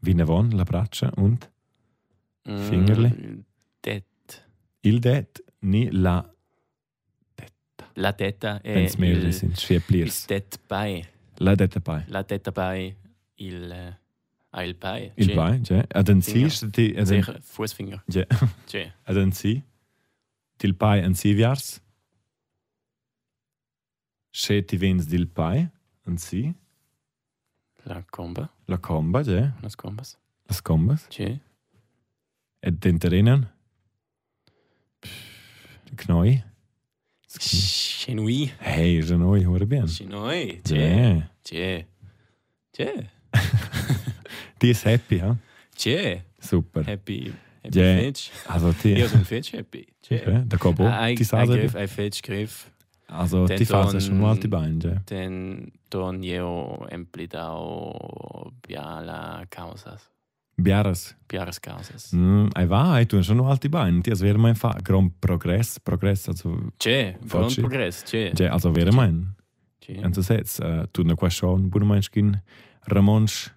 [SPEAKER 1] wie ne von la braccia und
[SPEAKER 3] Mm,
[SPEAKER 1] Fingerli.
[SPEAKER 3] Det,
[SPEAKER 1] Il det ni la
[SPEAKER 3] la teta è
[SPEAKER 1] Wenn es mehrere
[SPEAKER 3] il,
[SPEAKER 1] sind, vier
[SPEAKER 3] il
[SPEAKER 1] Players.
[SPEAKER 3] det bei.
[SPEAKER 1] Lass das dabei.
[SPEAKER 3] la testa bei il äh, ah, il bei
[SPEAKER 1] Il
[SPEAKER 3] Sì.
[SPEAKER 1] bei, ja. Ah, Dann
[SPEAKER 3] Finger.
[SPEAKER 1] siehst du die, ah, dann-
[SPEAKER 3] Sicher, Fußfinger
[SPEAKER 1] Ja.
[SPEAKER 3] Sì.
[SPEAKER 1] ah, dann sie. Til pai an sie viars. Che ti vens dil pai an sie.
[SPEAKER 3] la comba
[SPEAKER 1] La comba, ja.
[SPEAKER 3] las combas
[SPEAKER 1] Las combas.
[SPEAKER 3] Sì.
[SPEAKER 1] Et den terinnen. Knoi.
[SPEAKER 3] chez noi
[SPEAKER 1] Hey, je noi, hör bien.
[SPEAKER 3] chez noi c'è
[SPEAKER 1] Ja.
[SPEAKER 3] c'è c'è
[SPEAKER 1] Die ist happy, ja.
[SPEAKER 3] c'è
[SPEAKER 1] Super.
[SPEAKER 3] happy happy
[SPEAKER 1] Ja.
[SPEAKER 3] fetch
[SPEAKER 1] Also die.
[SPEAKER 3] io sono fetch happy c'è
[SPEAKER 1] Ja, Da kommt
[SPEAKER 3] Ah,
[SPEAKER 1] auch
[SPEAKER 3] ein
[SPEAKER 1] die
[SPEAKER 3] ein
[SPEAKER 1] Sase.
[SPEAKER 3] Griff ein fetch Griff
[SPEAKER 1] Also die
[SPEAKER 3] Den
[SPEAKER 1] Phase schon mal
[SPEAKER 3] Ton-
[SPEAKER 1] die Beine, ja.
[SPEAKER 3] den don io emplidao biala causas
[SPEAKER 1] Biaras.
[SPEAKER 3] biaras causas
[SPEAKER 1] Mm, ei va, ei tun schon noch alte Beine. Das wäre mein Fa Grand Progress, Progress, also,
[SPEAKER 3] c'è buon
[SPEAKER 1] Fortschritt.
[SPEAKER 3] progress c'è
[SPEAKER 1] ja, also wäre mein.
[SPEAKER 3] c'è
[SPEAKER 1] Und das jetzt, äh, tun noch quasi schon, buon meinst gehen, Ramons,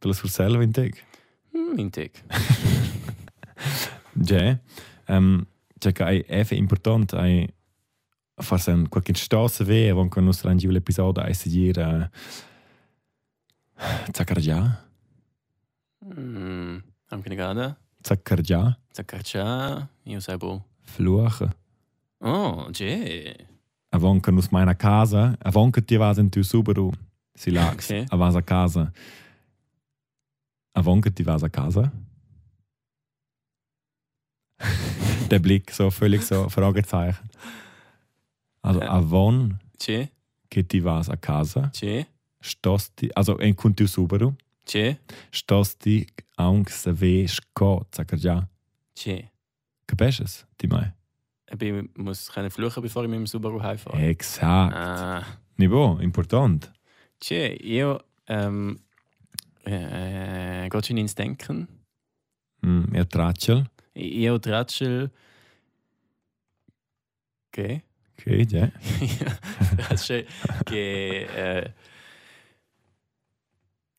[SPEAKER 1] de la Surcella in Tag.
[SPEAKER 3] Mm, intec
[SPEAKER 1] Ja, ähm, ja, ei, effe important, ei, fast ein, qualche Straße weh, wann kann uns rein die Episode, ei, sie hier, äh, Zakarja,
[SPEAKER 3] Mm, am Gnegada,
[SPEAKER 1] Zakarja,
[SPEAKER 3] Zakarcha, io sabo.
[SPEAKER 1] Fluchen.
[SPEAKER 3] Oh, je.
[SPEAKER 1] Avonken aus meiner Casa, avonken die was in die Subaru, Sie lag
[SPEAKER 3] Okay.
[SPEAKER 1] a Vasa Casa. A wonkert die Vasa Casa? Der Blick so völlig so Fragezeichen. Also
[SPEAKER 3] Ja.
[SPEAKER 1] a won
[SPEAKER 3] Che,
[SPEAKER 1] geht die Vasa Casa?
[SPEAKER 3] che,
[SPEAKER 1] Stosti, also en kunti Subaru.
[SPEAKER 3] che,
[SPEAKER 1] Stosti aung se ve schko zakarja.
[SPEAKER 3] che. E
[SPEAKER 1] Kapesches, die mei.
[SPEAKER 3] Ich muss können fluchen, bevor ich mit dem Subaru heimfahre.
[SPEAKER 1] Exakt.
[SPEAKER 3] Ah,
[SPEAKER 1] Niveau, important.
[SPEAKER 3] che, io... Ähm, äh, geht schon ins Denken.
[SPEAKER 1] Mm, er tratschel.
[SPEAKER 3] Io Tratschel. Okay.
[SPEAKER 1] Okay, ja.
[SPEAKER 3] Tratschel. Che. Äh,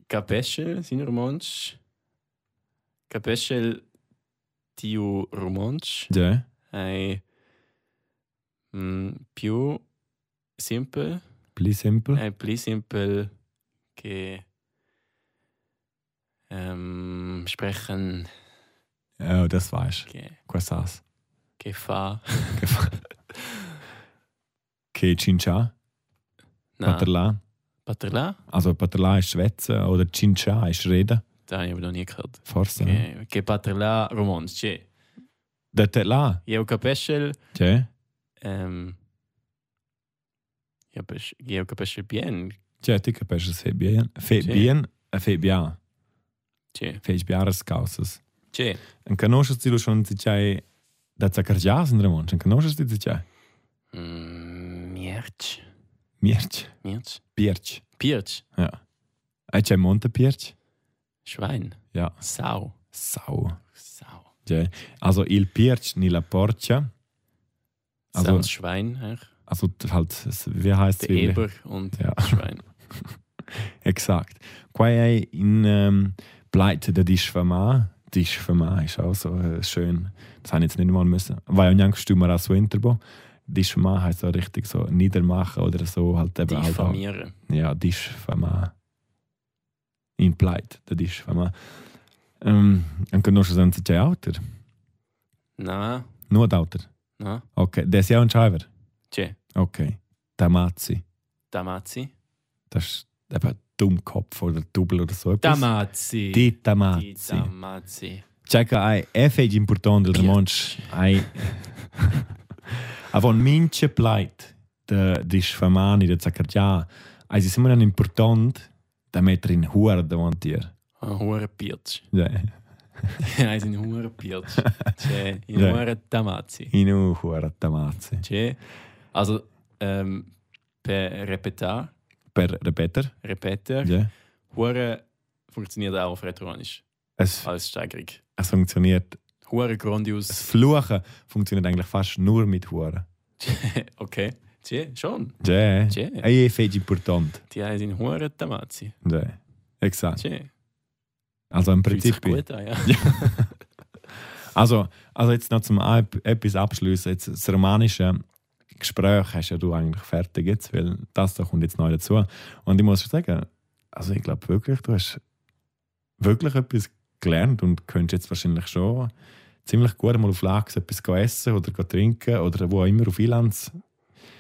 [SPEAKER 3] Capesce, sin romansch. Capesce tiu romansch.
[SPEAKER 1] Ja.
[SPEAKER 3] Ei. Mm, più simple.
[SPEAKER 1] Please simple.
[SPEAKER 3] Ei pli simple che. Ähm, sprechen.
[SPEAKER 1] Oh, das weißt
[SPEAKER 3] Che,
[SPEAKER 1] du. Quasas.
[SPEAKER 3] che fa.
[SPEAKER 1] Che Cincha,
[SPEAKER 3] Na,
[SPEAKER 1] Paterla.
[SPEAKER 3] Paterla?
[SPEAKER 1] Also Paterla ist Schwätzen oder Cincha ist Reden.
[SPEAKER 3] Da habe ich aber noch nie gehört.
[SPEAKER 1] Forsen. Okay.
[SPEAKER 3] Che, che parla romanz, c'è.
[SPEAKER 1] Der Tetla.
[SPEAKER 3] Io capisco,
[SPEAKER 1] Ja.
[SPEAKER 3] ehm, io, pes- io capisco bien,
[SPEAKER 1] Ja, du kannst es Febien. Febien. Febien.
[SPEAKER 3] c'è.
[SPEAKER 1] Febienes Kauses.
[SPEAKER 3] C'è.
[SPEAKER 1] Und kann auch schon schon zichai da zakarja sind Ramon. Und kann auch schon zichai.
[SPEAKER 3] Mm, Mierch.
[SPEAKER 1] Mirch.
[SPEAKER 3] Mierch.
[SPEAKER 1] Pirch.
[SPEAKER 3] Pirch.
[SPEAKER 1] Ein Chai Monte Pirch.
[SPEAKER 3] Schwein.
[SPEAKER 1] Ja.
[SPEAKER 3] Sau.
[SPEAKER 1] Sau.
[SPEAKER 3] Sau.
[SPEAKER 1] Ja. Also il Pirch ni la Porcia.
[SPEAKER 3] Also,
[SPEAKER 1] Also,
[SPEAKER 3] Sau das Schwein, eigentlich.
[SPEAKER 1] also halt, wie heißt
[SPEAKER 3] der Eber und
[SPEAKER 1] Ja.
[SPEAKER 3] das Schwein.
[SPEAKER 1] Exakt. Quai ei in ähm, Pleite der Dischfama. Dischfama ist auch so äh, schön. Das habe ich jetzt nicht mal müssen. Weil ich nicht stümmer als Winterbo. Dischfama heißt so richtig so niedermachen oder so halt eben halt auch.
[SPEAKER 3] Diffamieren.
[SPEAKER 1] Ja, Dischfama. In Pleite der Dischfama. Ähm, und genau schon sind sie kein Autor.
[SPEAKER 3] Na,
[SPEAKER 1] Nur ein Autor.
[SPEAKER 3] na,
[SPEAKER 1] Okay, das ist ja ein Schreiber.
[SPEAKER 3] c'è.
[SPEAKER 1] Okay. Tamazzi.
[SPEAKER 3] Damazzi.
[SPEAKER 1] Das ist eben Dummkopf oder Double oder so etwas.
[SPEAKER 3] Damazzi.
[SPEAKER 1] Die
[SPEAKER 3] Di
[SPEAKER 1] Tamazzi.
[SPEAKER 3] Damazzi.
[SPEAKER 1] Čaka, aj efeđ important, da moč, aj... Avon minče plajt, da diš famani, da cakarja, aj si samo en important, da metrin huar da on tir.
[SPEAKER 3] Ein hoher Pirch.
[SPEAKER 1] Ja,
[SPEAKER 3] Nein, sind hoher Pirch. C'è. Ein
[SPEAKER 1] Ja.
[SPEAKER 3] hoher Damazzi.
[SPEAKER 1] inu huar tamaci.
[SPEAKER 3] C'è. Also, ähm, per Repetar,
[SPEAKER 1] Per repeter,
[SPEAKER 3] Repeter,
[SPEAKER 1] ja.
[SPEAKER 3] Hure funktioniert auch auf Retronisch
[SPEAKER 1] Es,
[SPEAKER 3] als Steigerung.
[SPEAKER 1] es funktioniert,
[SPEAKER 3] Hure
[SPEAKER 1] das
[SPEAKER 3] Grandius.
[SPEAKER 1] Fluchen funktioniert eigentlich fast nur mit huar.
[SPEAKER 3] okay. C'è, schon.
[SPEAKER 1] Ja,
[SPEAKER 3] C'è.
[SPEAKER 1] aj efeđ important.
[SPEAKER 3] Die einen sind Hure Damazzi.
[SPEAKER 1] Ja, exakt.
[SPEAKER 3] C'è.
[SPEAKER 1] Also im
[SPEAKER 3] Fühlt sich
[SPEAKER 1] Prinzip...
[SPEAKER 3] gut an, ja.
[SPEAKER 1] Also, also jetzt noch zum Ab- etwas abschließen. Jetzt das romanische Gespräch hast ja du eigentlich fertig jetzt, weil das da kommt jetzt neu dazu. Und ich muss schon sagen, also ich glaube wirklich, du hast wirklich etwas gelernt und könntest jetzt wahrscheinlich schon ziemlich gut mal auf Lachs etwas gehen essen oder gehen trinken oder wo auch immer auf Ilanz.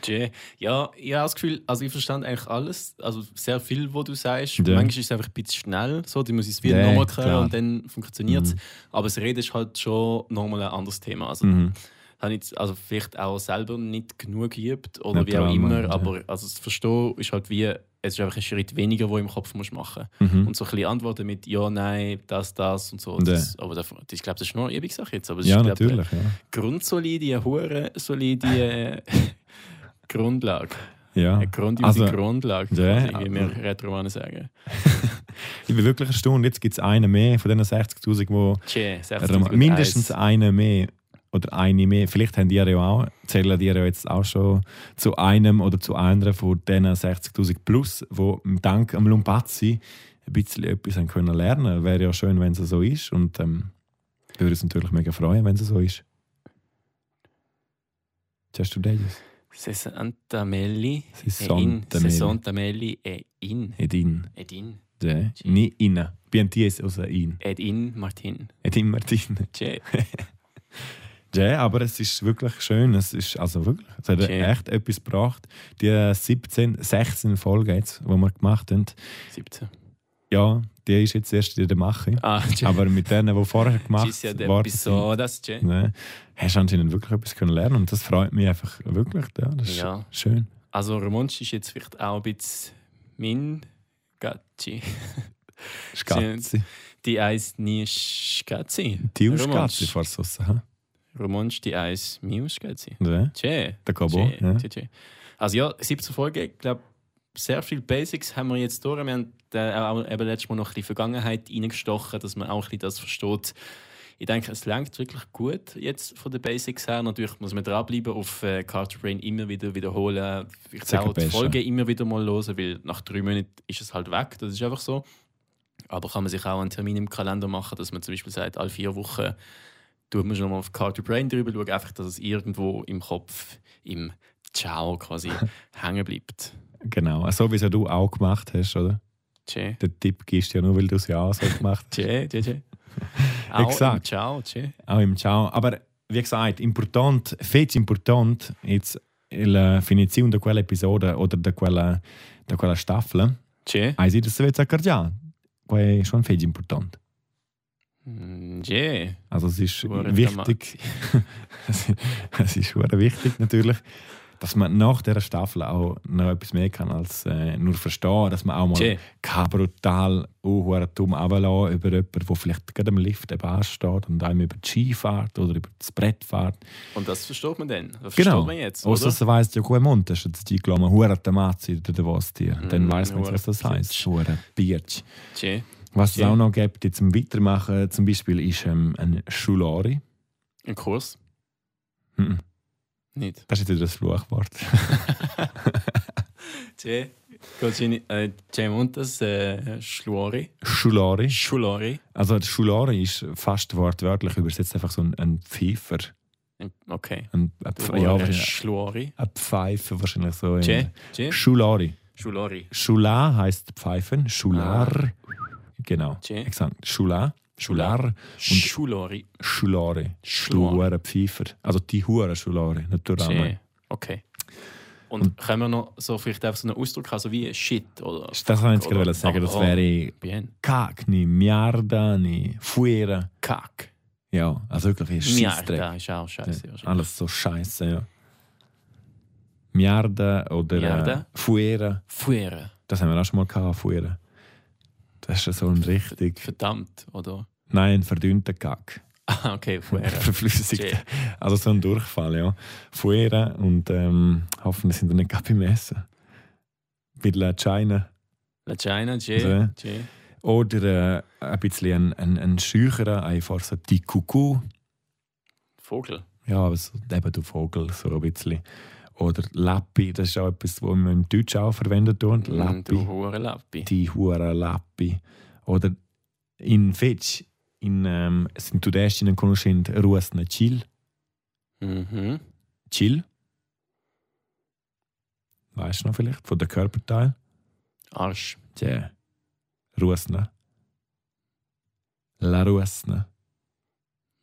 [SPEAKER 3] Tja, Ja, ich habe das Gefühl, also ich verstand eigentlich alles, also sehr viel, was du sagst.
[SPEAKER 1] Ja.
[SPEAKER 3] Manchmal ist es einfach ein bisschen schnell, so, du musst es wieder
[SPEAKER 1] Ja,
[SPEAKER 3] nochmal
[SPEAKER 1] klar.
[SPEAKER 3] hören und dann funktioniert es. Aber das Reden ist halt schon nochmal ein anderes Thema. Also,
[SPEAKER 1] Mhm.
[SPEAKER 3] habe ich jetzt also vielleicht auch selber nicht genug geübt oder wie
[SPEAKER 1] Neutral,
[SPEAKER 3] auch immer,
[SPEAKER 1] ja.
[SPEAKER 3] aber also das Verstehen ist halt wie, es ist einfach ein Schritt weniger, wo im Kopf musst machen
[SPEAKER 1] Mhm.
[SPEAKER 3] Und so ein bisschen Antworten mit ja, nein, das, das und so.
[SPEAKER 1] Ja.
[SPEAKER 3] Das, aber das, ich glaube, das ist nur eine Übungssache jetzt. Aber es
[SPEAKER 1] Ja,
[SPEAKER 3] ist, glaub,
[SPEAKER 1] natürlich. Ja.
[SPEAKER 3] Eine grundsolide, eine hure solide äh, Grundlage.
[SPEAKER 1] Ja.
[SPEAKER 3] Eine grandiose
[SPEAKER 1] Also,
[SPEAKER 3] Grundlage,
[SPEAKER 1] ja,
[SPEAKER 3] quasi, wie
[SPEAKER 1] also-
[SPEAKER 3] wir Retromanen sagen.
[SPEAKER 1] Ich bin wirklich erstaunt. Jetzt gibt es einen mehr von diesen 60.000, die
[SPEAKER 3] Tja, 60
[SPEAKER 1] Rom- mindestens eine mehr oder eine mehr. Vielleicht haben die ja auch, zählen die ja jetzt auch schon zu einem oder zu anderen von diesen 60.000 plus, wo dank am Lumpazzi ein bisschen etwas haben können lernen. Wäre ja schön, wenn es so ist und ähm, würde uns natürlich mega freuen, wenn es so ist. Hast du das?
[SPEAKER 3] Sessantamelli.
[SPEAKER 1] Sessantamelli.
[SPEAKER 3] Sessantamelli e in.
[SPEAKER 1] Et in.
[SPEAKER 3] Ed in.
[SPEAKER 1] Ja. Ni inne. Bien dies außer in.
[SPEAKER 3] Ed in Martin.
[SPEAKER 1] Et in Martin.
[SPEAKER 3] Tja.
[SPEAKER 1] Ja, aber es ist wirklich schön. Es ist also wirklich, es hat
[SPEAKER 3] Schön.
[SPEAKER 1] echt etwas gebracht. Die 17, 16 Folgen jetzt, die wir gemacht haben,
[SPEAKER 3] 17.
[SPEAKER 1] ja, die ist jetzt erst in der Mache.
[SPEAKER 3] Ah,
[SPEAKER 1] Aber mit denen, die vorher
[SPEAKER 3] das
[SPEAKER 1] gemacht
[SPEAKER 3] ist ja der
[SPEAKER 1] worden sind,
[SPEAKER 3] Episodas, Jay.
[SPEAKER 1] ne, hast du anscheinend wirklich etwas können lernen und das freut mich einfach wirklich. Ja, das ist
[SPEAKER 3] Ja.
[SPEAKER 1] schön.
[SPEAKER 3] Also Romunsch ist jetzt vielleicht auch ein bisschen mein Gatti.
[SPEAKER 1] Skatzi.
[SPEAKER 3] Die eins nie Gatti.
[SPEAKER 1] Die Skatzi vor Sosa. hä?
[SPEAKER 3] Romunsch, die eins Mius Gatti.
[SPEAKER 1] Ne?
[SPEAKER 3] Tschä.
[SPEAKER 1] Der Kobo.
[SPEAKER 3] Tschä,
[SPEAKER 1] Ja.
[SPEAKER 3] tschä, tschä. Also ja, 17 Folgen, ich glaube, sehr viele Basics haben wir jetzt durch. Wir haben äh, auch eben letztes Mal noch ein bisschen Vergangenheit reingestochen, dass man auch ein bisschen das versteht. Ich denke, es langt wirklich gut jetzt von den Basics her. Natürlich muss man dranbleiben, auf äh, Carter Brain immer wieder wiederholen. Ich
[SPEAKER 1] Sicher
[SPEAKER 3] auch die
[SPEAKER 1] besser.
[SPEAKER 3] Folgen immer wieder mal hören, weil nach drei Monaten ist es halt weg. Das ist einfach so. Aber kann man sich auch einen Termin im Kalender machen, dass man zum Beispiel sagt, alle vier Wochen tut man schon mal auf Carter Brain drüber, schaut einfach, dass es irgendwo im Kopf, im Ciao quasi hängen bleibt.
[SPEAKER 1] Genau. So wie es ja du auch gemacht hast, oder?
[SPEAKER 3] Tschä.
[SPEAKER 1] Den Tipp gibst du ja nur, weil du es ja auch so gemacht hast.
[SPEAKER 3] Tschä, tschä, tschä. Auch im
[SPEAKER 1] Exakt.
[SPEAKER 3] Ciao, tschä.
[SPEAKER 1] Auch im Ciao. Aber wie gesagt, important, fetch important, jetzt la finizione di quell'episodio o di quella, di quella staffla,
[SPEAKER 3] Tschä.
[SPEAKER 1] hai detto che si accorgia. Qua è schon fetch important.
[SPEAKER 3] Mm, Tschä.
[SPEAKER 1] Also es ist
[SPEAKER 3] Hure
[SPEAKER 1] wichtig, es ist hure wichtig natürlich, dass man nach dieser Staffel auch noch etwas mehr kann als äh, nur verstehen, dass man auch mal
[SPEAKER 3] Tschä.
[SPEAKER 1] kein brutal unhuren dumm runterlassen über jemanden, der vielleicht gerade am Lift eben ansteht und einem über die Skifahrt oder über das Brett fährt.
[SPEAKER 3] Und das versteht man dann. Das
[SPEAKER 1] Genau.
[SPEAKER 3] versteht man jetzt,
[SPEAKER 1] Außer
[SPEAKER 3] oder?
[SPEAKER 1] sie weiss ja gut Mund, das ist jetzt eingeladen, «Hure der Matzi» oder was dir. Dann
[SPEAKER 3] Mm,
[SPEAKER 1] weiss man, jetzt, was das
[SPEAKER 3] «Hure
[SPEAKER 1] heisst. «Hure Birch».
[SPEAKER 3] Tschä.
[SPEAKER 1] Was es
[SPEAKER 3] Ja.
[SPEAKER 1] auch noch gibt, die zum Weitermachen zum Beispiel, ist ähm, ein Schulari.
[SPEAKER 3] Ein Kurs?
[SPEAKER 1] Mhm.
[SPEAKER 3] Nicht.
[SPEAKER 1] Das ist jetzt wieder das Fluchwort.
[SPEAKER 3] Tschä. Gotchini, äh, Tschä Montes, äh, Schluori.
[SPEAKER 1] Schulari.
[SPEAKER 3] Schulori.
[SPEAKER 1] Also das Schulari ist fast wortwörtlich übersetzt einfach so ein, ein Pfeifer.
[SPEAKER 3] Okay.
[SPEAKER 1] Ein, ein, Pf ja,
[SPEAKER 3] Ja,
[SPEAKER 1] wahrscheinlich
[SPEAKER 3] Schluori.
[SPEAKER 1] ein Pfeifer wahrscheinlich so.
[SPEAKER 3] Tschä.
[SPEAKER 1] in-
[SPEAKER 3] Tschä.
[SPEAKER 1] Schulari.
[SPEAKER 3] Schulori.
[SPEAKER 1] Schular heißt Pfeifen. Schular.
[SPEAKER 3] Ah.
[SPEAKER 1] Genau.
[SPEAKER 3] Tschä.
[SPEAKER 1] Exakt. Schular. Schular.
[SPEAKER 3] Schulori.
[SPEAKER 1] Schulare.
[SPEAKER 3] Schulare.
[SPEAKER 1] Schulare Pfeifer. Also die Hure Schulare, natürlich.
[SPEAKER 3] Schön. Okay. Und können wir noch so vielleicht einfach so einen Ausdruck haben, so wie Shit oder
[SPEAKER 1] Das kann ich jetzt
[SPEAKER 3] Oder-
[SPEAKER 1] gerade sagen, das
[SPEAKER 3] Oh.
[SPEAKER 1] wäre
[SPEAKER 3] Bien.
[SPEAKER 1] Kakni, Miardani, ne Fuera.
[SPEAKER 3] Kack.
[SPEAKER 1] Ja, also wirklich Schissdreck.
[SPEAKER 3] Mierda ist auch scheiße. wahrscheinlich.
[SPEAKER 1] Alles so scheiße, ja. Miarda oder äh,
[SPEAKER 3] Miarda.
[SPEAKER 1] Fuera.
[SPEAKER 3] Fuere.
[SPEAKER 1] Das haben wir auch schon mal gehabt, Fuera. Das ist so ein richtig,
[SPEAKER 3] Verdammt, oder?
[SPEAKER 1] nein, ein verdünnter Kack.
[SPEAKER 3] Ah, okay, Fuere.
[SPEAKER 1] Verflüssigt.
[SPEAKER 3] Tschä.
[SPEAKER 1] Also so ein Durchfall, ja. Fuera und ähm, hoffentlich sind wir nicht gerade beim Essen. Bei La China.
[SPEAKER 3] La China, J.
[SPEAKER 1] Tschä.
[SPEAKER 3] J.
[SPEAKER 1] Oder äh, ein bisschen ein, ein, ein schücherer, einfach so die Kuckuck.
[SPEAKER 3] Vogel.
[SPEAKER 1] Ja, aber so, eben der Vogel, so ein bisschen. Oder Lappi, das ist auch etwas, was man im Deutsch auch verwendet wird.
[SPEAKER 3] Mm, Du
[SPEAKER 1] Lappi,
[SPEAKER 3] hure Lappi.
[SPEAKER 1] die Hure Lappi. Oder in Fitch, in ähm, sind du der in Konuschind, Ruasne Chill.
[SPEAKER 3] Mhm.
[SPEAKER 1] Chill. Weißt du noch vielleicht? Von der Körperteil?
[SPEAKER 3] Arsch.
[SPEAKER 1] Tja. Ruasna. La Ruasna.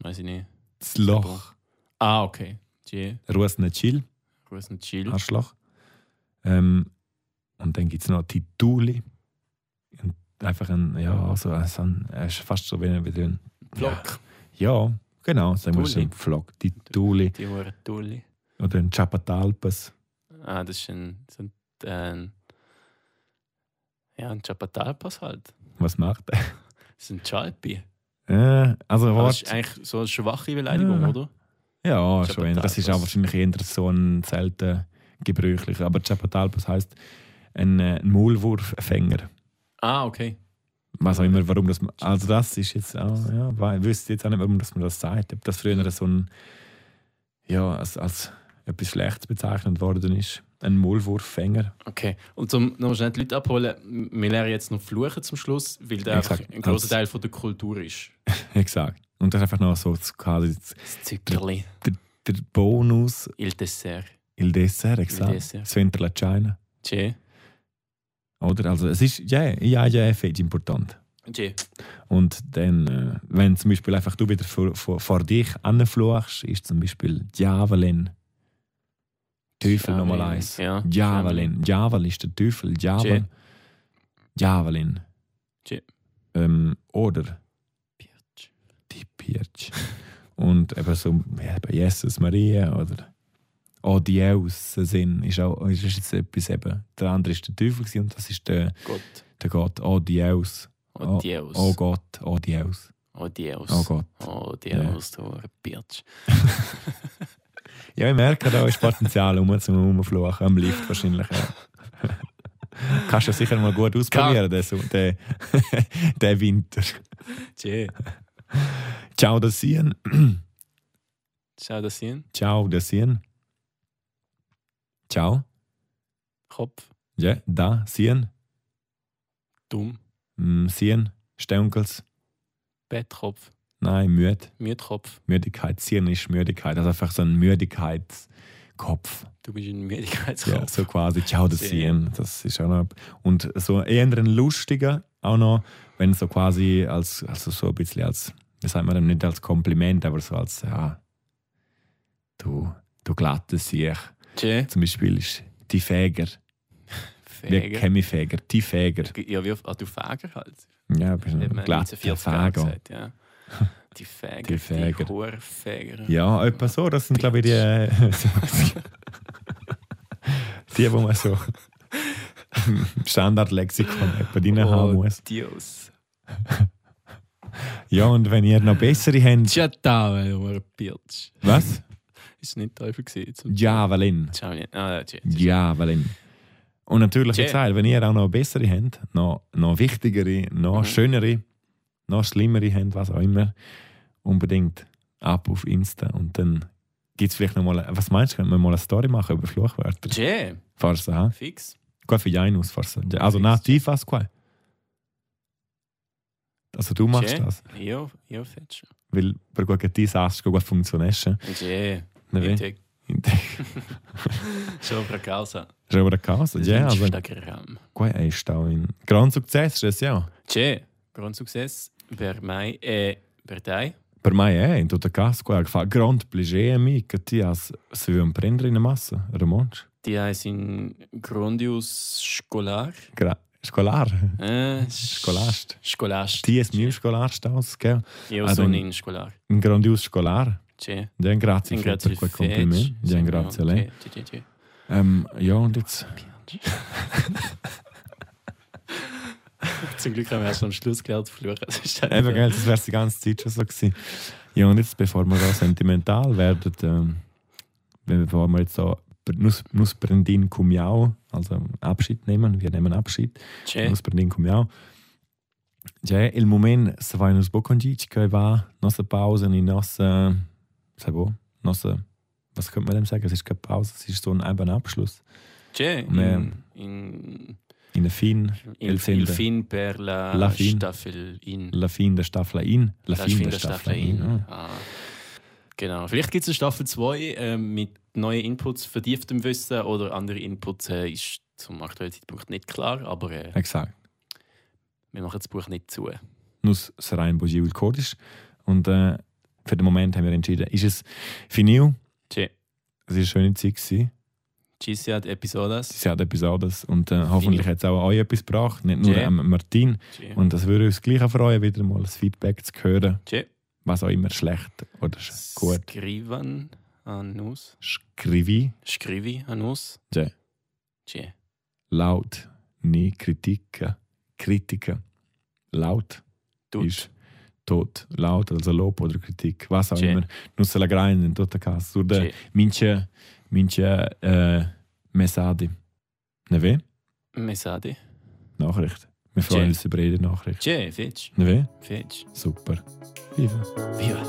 [SPEAKER 3] Weiß ich nicht.
[SPEAKER 1] Das Loch.
[SPEAKER 3] Ah, okay. J.
[SPEAKER 1] Ruasna Chill.
[SPEAKER 3] Grüß und Chill.
[SPEAKER 1] Arschloch. Ähm, und dann gibt es noch die Tuli. Und Einfach ein, ja, so, ein- so ein, es ist fast so wie ein, wie ein
[SPEAKER 3] Block.
[SPEAKER 1] ja, genau, sagen wir
[SPEAKER 3] Tuli.
[SPEAKER 1] so ein Flock, die Tuli
[SPEAKER 3] Die hure Tulli.
[SPEAKER 1] oder ein Chapatalpes.
[SPEAKER 3] Ah, das ist ein. So ein ähm, ja, ein Chapatalpas halt.
[SPEAKER 1] Was macht
[SPEAKER 3] Das ist ein Chalpi. Ah,
[SPEAKER 1] er? Äh, also,
[SPEAKER 3] Das
[SPEAKER 1] Wort.
[SPEAKER 3] ist eigentlich so eine schwache Beleidigung,
[SPEAKER 1] Ja.
[SPEAKER 3] oder?
[SPEAKER 1] Ja, schon. eher. Das ist auch
[SPEAKER 3] Chapatalpus.
[SPEAKER 1] wahrscheinlich eher so ein selten gebräuchlich. Aber Chapatalpes heisst ein äh, Maulwurffänger.
[SPEAKER 3] Ah, okay.
[SPEAKER 1] Was auch immer, warum das. man- Also, das ist jetzt auch. Ja, weil- ich wüsste jetzt auch nicht, warum das man das sagt. Ob das früher so ein. Ja, als, als etwas Schlechtes bezeichnet worden ist. Ein Maulwurffänger.
[SPEAKER 3] okay. Und um noch schnell die Leute abholen, m- wir lernen jetzt noch Fluchen zum Schluss, weil der einfach
[SPEAKER 1] Exakt.
[SPEAKER 3] ein großer
[SPEAKER 1] Das-
[SPEAKER 3] Teil von der Kultur ist.
[SPEAKER 1] Exakt. Und das ist einfach noch so das- quasi das-
[SPEAKER 3] Das Zückerli,
[SPEAKER 1] der Bonus,
[SPEAKER 3] il dessert.
[SPEAKER 1] il dessert, exakt. Il
[SPEAKER 3] Il dessert.
[SPEAKER 1] dessert. Das Winterla China.
[SPEAKER 3] Tschä.
[SPEAKER 1] Oder? Also, es ist. Ja, ja, ja, fett important.
[SPEAKER 3] G.
[SPEAKER 1] Und dann, äh, wenn zum Beispiel einfach du wieder vor, vor, vor dich anfluchst, ist zum Beispiel Javelin. Teufel nochmal eins.
[SPEAKER 3] Ja.
[SPEAKER 1] Javelin. Javel ist der Teufel. Javel.
[SPEAKER 3] G.
[SPEAKER 1] Javelin.
[SPEAKER 3] G.
[SPEAKER 1] Ähm, oder
[SPEAKER 3] Birch.
[SPEAKER 1] die Pirsch. Und eben so ja, eben Jesus Maria oder auch die Aussen sind, ist auch ist jetzt etwas eben. Der andere ist der Teufel gewesen und das ist der,
[SPEAKER 3] Gott.
[SPEAKER 1] der Gott. Oh, die Aus.
[SPEAKER 3] Oh, Dios.
[SPEAKER 1] Oh Gott. Oh, die Aus.
[SPEAKER 3] Oh, Dios.
[SPEAKER 1] Oh Gott.
[SPEAKER 3] Oh,
[SPEAKER 1] Ja.
[SPEAKER 3] Dios, du Birch.
[SPEAKER 1] Ja, ich merke, da ist Potenzial um zum Rumfluchen, am Lift wahrscheinlich. Ja. Kannst du sicher mal gut ausprobieren, den, Su- den, den Winter.
[SPEAKER 3] G.
[SPEAKER 1] Ciao, das Sien.
[SPEAKER 3] Schau das hin.
[SPEAKER 1] Ciao, das Sien. Ciao.
[SPEAKER 3] Kopf.
[SPEAKER 1] Ja, da, Sien.
[SPEAKER 3] Dumm.
[SPEAKER 1] Mm, Sien. Stänkels.
[SPEAKER 3] Bettkopf.
[SPEAKER 1] Nein, müde.
[SPEAKER 3] Müdkopf.
[SPEAKER 1] Müdigkeit. Sien ist Müdigkeit. Also einfach so ein Müdigkeitskopf.
[SPEAKER 3] Du bist ein
[SPEAKER 1] Ja,
[SPEAKER 3] Müdigkeitskopf.
[SPEAKER 1] so quasi, ciao, das
[SPEAKER 3] Sehen.
[SPEAKER 1] sehen. Das ist auch noch. Und so eher ein lustiger auch noch, wenn so quasi als, also so ein bisschen als, wie sagt man dem nicht als Kompliment, aber so als, ja, du, du glatte Sieg.
[SPEAKER 3] G.
[SPEAKER 1] Zum Beispiel ist die Fäger, wie
[SPEAKER 3] Fäger.
[SPEAKER 1] Chemifäger, die Fäger.
[SPEAKER 3] Ja, wie auf, ah, du Fäger halt.
[SPEAKER 1] Ja, bist
[SPEAKER 3] Hat
[SPEAKER 1] ein
[SPEAKER 3] man
[SPEAKER 1] glatter
[SPEAKER 3] 1940
[SPEAKER 1] Fäger.
[SPEAKER 3] Jahre gesagt, ja. Die Fäger.
[SPEAKER 1] Die Fäger.
[SPEAKER 3] Die Hurfäger.
[SPEAKER 1] Ja, etwa so, das sind glaube ich die, äh, die, wo man so im Standardlexikon etwa drin
[SPEAKER 3] Oh,
[SPEAKER 1] haben muss.
[SPEAKER 3] Dios.
[SPEAKER 1] Ja, und wenn ihr noch bessere habt.
[SPEAKER 3] Tja, da, du Birch.
[SPEAKER 1] Was?
[SPEAKER 3] Ist nicht Teufel gewesen. zum-
[SPEAKER 1] Javelin.
[SPEAKER 3] Schau nicht. Ah, G.
[SPEAKER 1] Javelin. Und natürlich, wie
[SPEAKER 3] Tja.
[SPEAKER 1] gesagt, wenn ihr auch noch bessere habt, noch, noch wichtigere, noch
[SPEAKER 3] Mhm.
[SPEAKER 1] schönere, noch schlimmere habt, was auch immer, unbedingt ab auf Insta und dann gibt es vielleicht noch mal, was meinst du, können wir mal eine Story machen über Fluchwörter?
[SPEAKER 3] G.
[SPEAKER 1] Farsa, ha?
[SPEAKER 3] Fix.
[SPEAKER 1] Gut für Janus, Farsa. Also, na, die fast quasi. Also, du machst
[SPEAKER 3] Tja.
[SPEAKER 1] das.
[SPEAKER 3] Ja, ja, fetch.
[SPEAKER 1] Weil, per quel che ti sassi, che funzionesse.
[SPEAKER 3] G.
[SPEAKER 1] Ne,
[SPEAKER 3] Integ. Sobre a causa.
[SPEAKER 1] C'è una causa, già,
[SPEAKER 3] Mensch,
[SPEAKER 1] also
[SPEAKER 3] Instagram.
[SPEAKER 1] Qua è stato un gran eh, successo, das ja.
[SPEAKER 3] Tje, grond succes per mij e per te.
[SPEAKER 1] Per me è, in tutto caso, qua fa gran piacere a me che ti has se vuoi prendere in massa, Ramon.
[SPEAKER 3] Die is in grondius scolaar.
[SPEAKER 1] Gra scolar,
[SPEAKER 3] Eh,
[SPEAKER 1] Scholast.
[SPEAKER 3] Scolast.
[SPEAKER 1] ti es mio scolar staus, che
[SPEAKER 3] Io
[SPEAKER 1] Ah,
[SPEAKER 3] sono
[SPEAKER 1] dan-
[SPEAKER 3] in scolaar.
[SPEAKER 1] un grandius scolar.
[SPEAKER 3] Tje.
[SPEAKER 1] Ja, grazie
[SPEAKER 3] In
[SPEAKER 1] für-
[SPEAKER 3] grazie
[SPEAKER 1] per quel Kompliment. Ja, grazie a lei.
[SPEAKER 3] Tje, tje, tje.
[SPEAKER 1] Ähm, ja, und jetzt
[SPEAKER 3] Zum Glück haben wir erst am Schluss gelernt zu fluchen. Das ist halt
[SPEAKER 1] Eben,
[SPEAKER 3] so.
[SPEAKER 1] gell, das wär's die ganze Zeit schon so gewesen. Ja, und jetzt, bevor wir da sentimental werden, ähm, bevor wir jetzt so Nuss, Nussbrandin cum jau, also Abschied nehmen, wir nehmen Abschied,
[SPEAKER 3] Tje.
[SPEAKER 1] Nussbrandin cum jau. Ja, il moment se ne vai nus bocongic, che va, nossa Pause, in nossa, sei wo, nossa, was könnte man dem sagen? Es ist keine Pause, es ist so ein, eben ein Abschluss.
[SPEAKER 3] Tje.
[SPEAKER 1] Nee.
[SPEAKER 3] In, in,
[SPEAKER 1] In der Fin,
[SPEAKER 3] il,
[SPEAKER 1] Zinde.
[SPEAKER 3] il fin per la,
[SPEAKER 1] La fin.
[SPEAKER 3] Staffel in.
[SPEAKER 1] la Fin der Staffel in, la
[SPEAKER 3] Das
[SPEAKER 1] Fin
[SPEAKER 3] finde
[SPEAKER 1] der
[SPEAKER 3] ich
[SPEAKER 1] Staffel
[SPEAKER 3] Staffel
[SPEAKER 1] in.
[SPEAKER 3] ein.
[SPEAKER 1] ja.
[SPEAKER 3] Ah. Genau. Vielleicht gibt es eine Staffel 2 äh, mit neuen Inputs, vertieftem Wissen oder andere Inputs äh, ist zum aktuellen Zeitpunkt nicht klar, aber äh,
[SPEAKER 1] Exakt.
[SPEAKER 3] wir machen das Buch nicht zu.
[SPEAKER 1] nus Sarain Bojivil Kurdisch. Und äh, für den Moment haben wir entschieden, ist es finil.
[SPEAKER 3] Tschä.
[SPEAKER 1] Es war eine schöne Zeit. gewesen.
[SPEAKER 3] Tschüss, ja, die Episodas.
[SPEAKER 1] Sie hat etwas anderes. Und äh, hoffentlich
[SPEAKER 3] Finil.
[SPEAKER 1] hat es auch euch etwas gebracht, nicht nur
[SPEAKER 3] Ja.
[SPEAKER 1] am ne, Martin.
[SPEAKER 3] Tschä.
[SPEAKER 1] Und das würde uns gleich auch freuen, wieder mal das Feedback zu hören,
[SPEAKER 3] Tschä.
[SPEAKER 1] was auch immer schlecht oder sch- gut.
[SPEAKER 3] Skriven an uns.
[SPEAKER 1] Schrivi
[SPEAKER 3] Skrivi an uns.
[SPEAKER 1] Tschä.
[SPEAKER 3] Tschä.
[SPEAKER 1] laut, nie Kritiken. Kritiken. Laut
[SPEAKER 3] Tut.
[SPEAKER 1] ist tot. Laut, also Lob oder Kritik, was auch
[SPEAKER 3] Tschä.
[SPEAKER 1] immer. Nuss la grind in tutto caso. Oder
[SPEAKER 3] Tschä.
[SPEAKER 1] mince, mince äh, Messadi. Ne weh?
[SPEAKER 3] Mesade.
[SPEAKER 1] Nachricht. Wir freuen uns
[SPEAKER 3] Tschä.
[SPEAKER 1] über jede Nachricht.
[SPEAKER 3] Tschä. Fetsch.
[SPEAKER 1] Ne weh?
[SPEAKER 3] Fetsch.
[SPEAKER 1] Super. Viva.
[SPEAKER 3] Viva.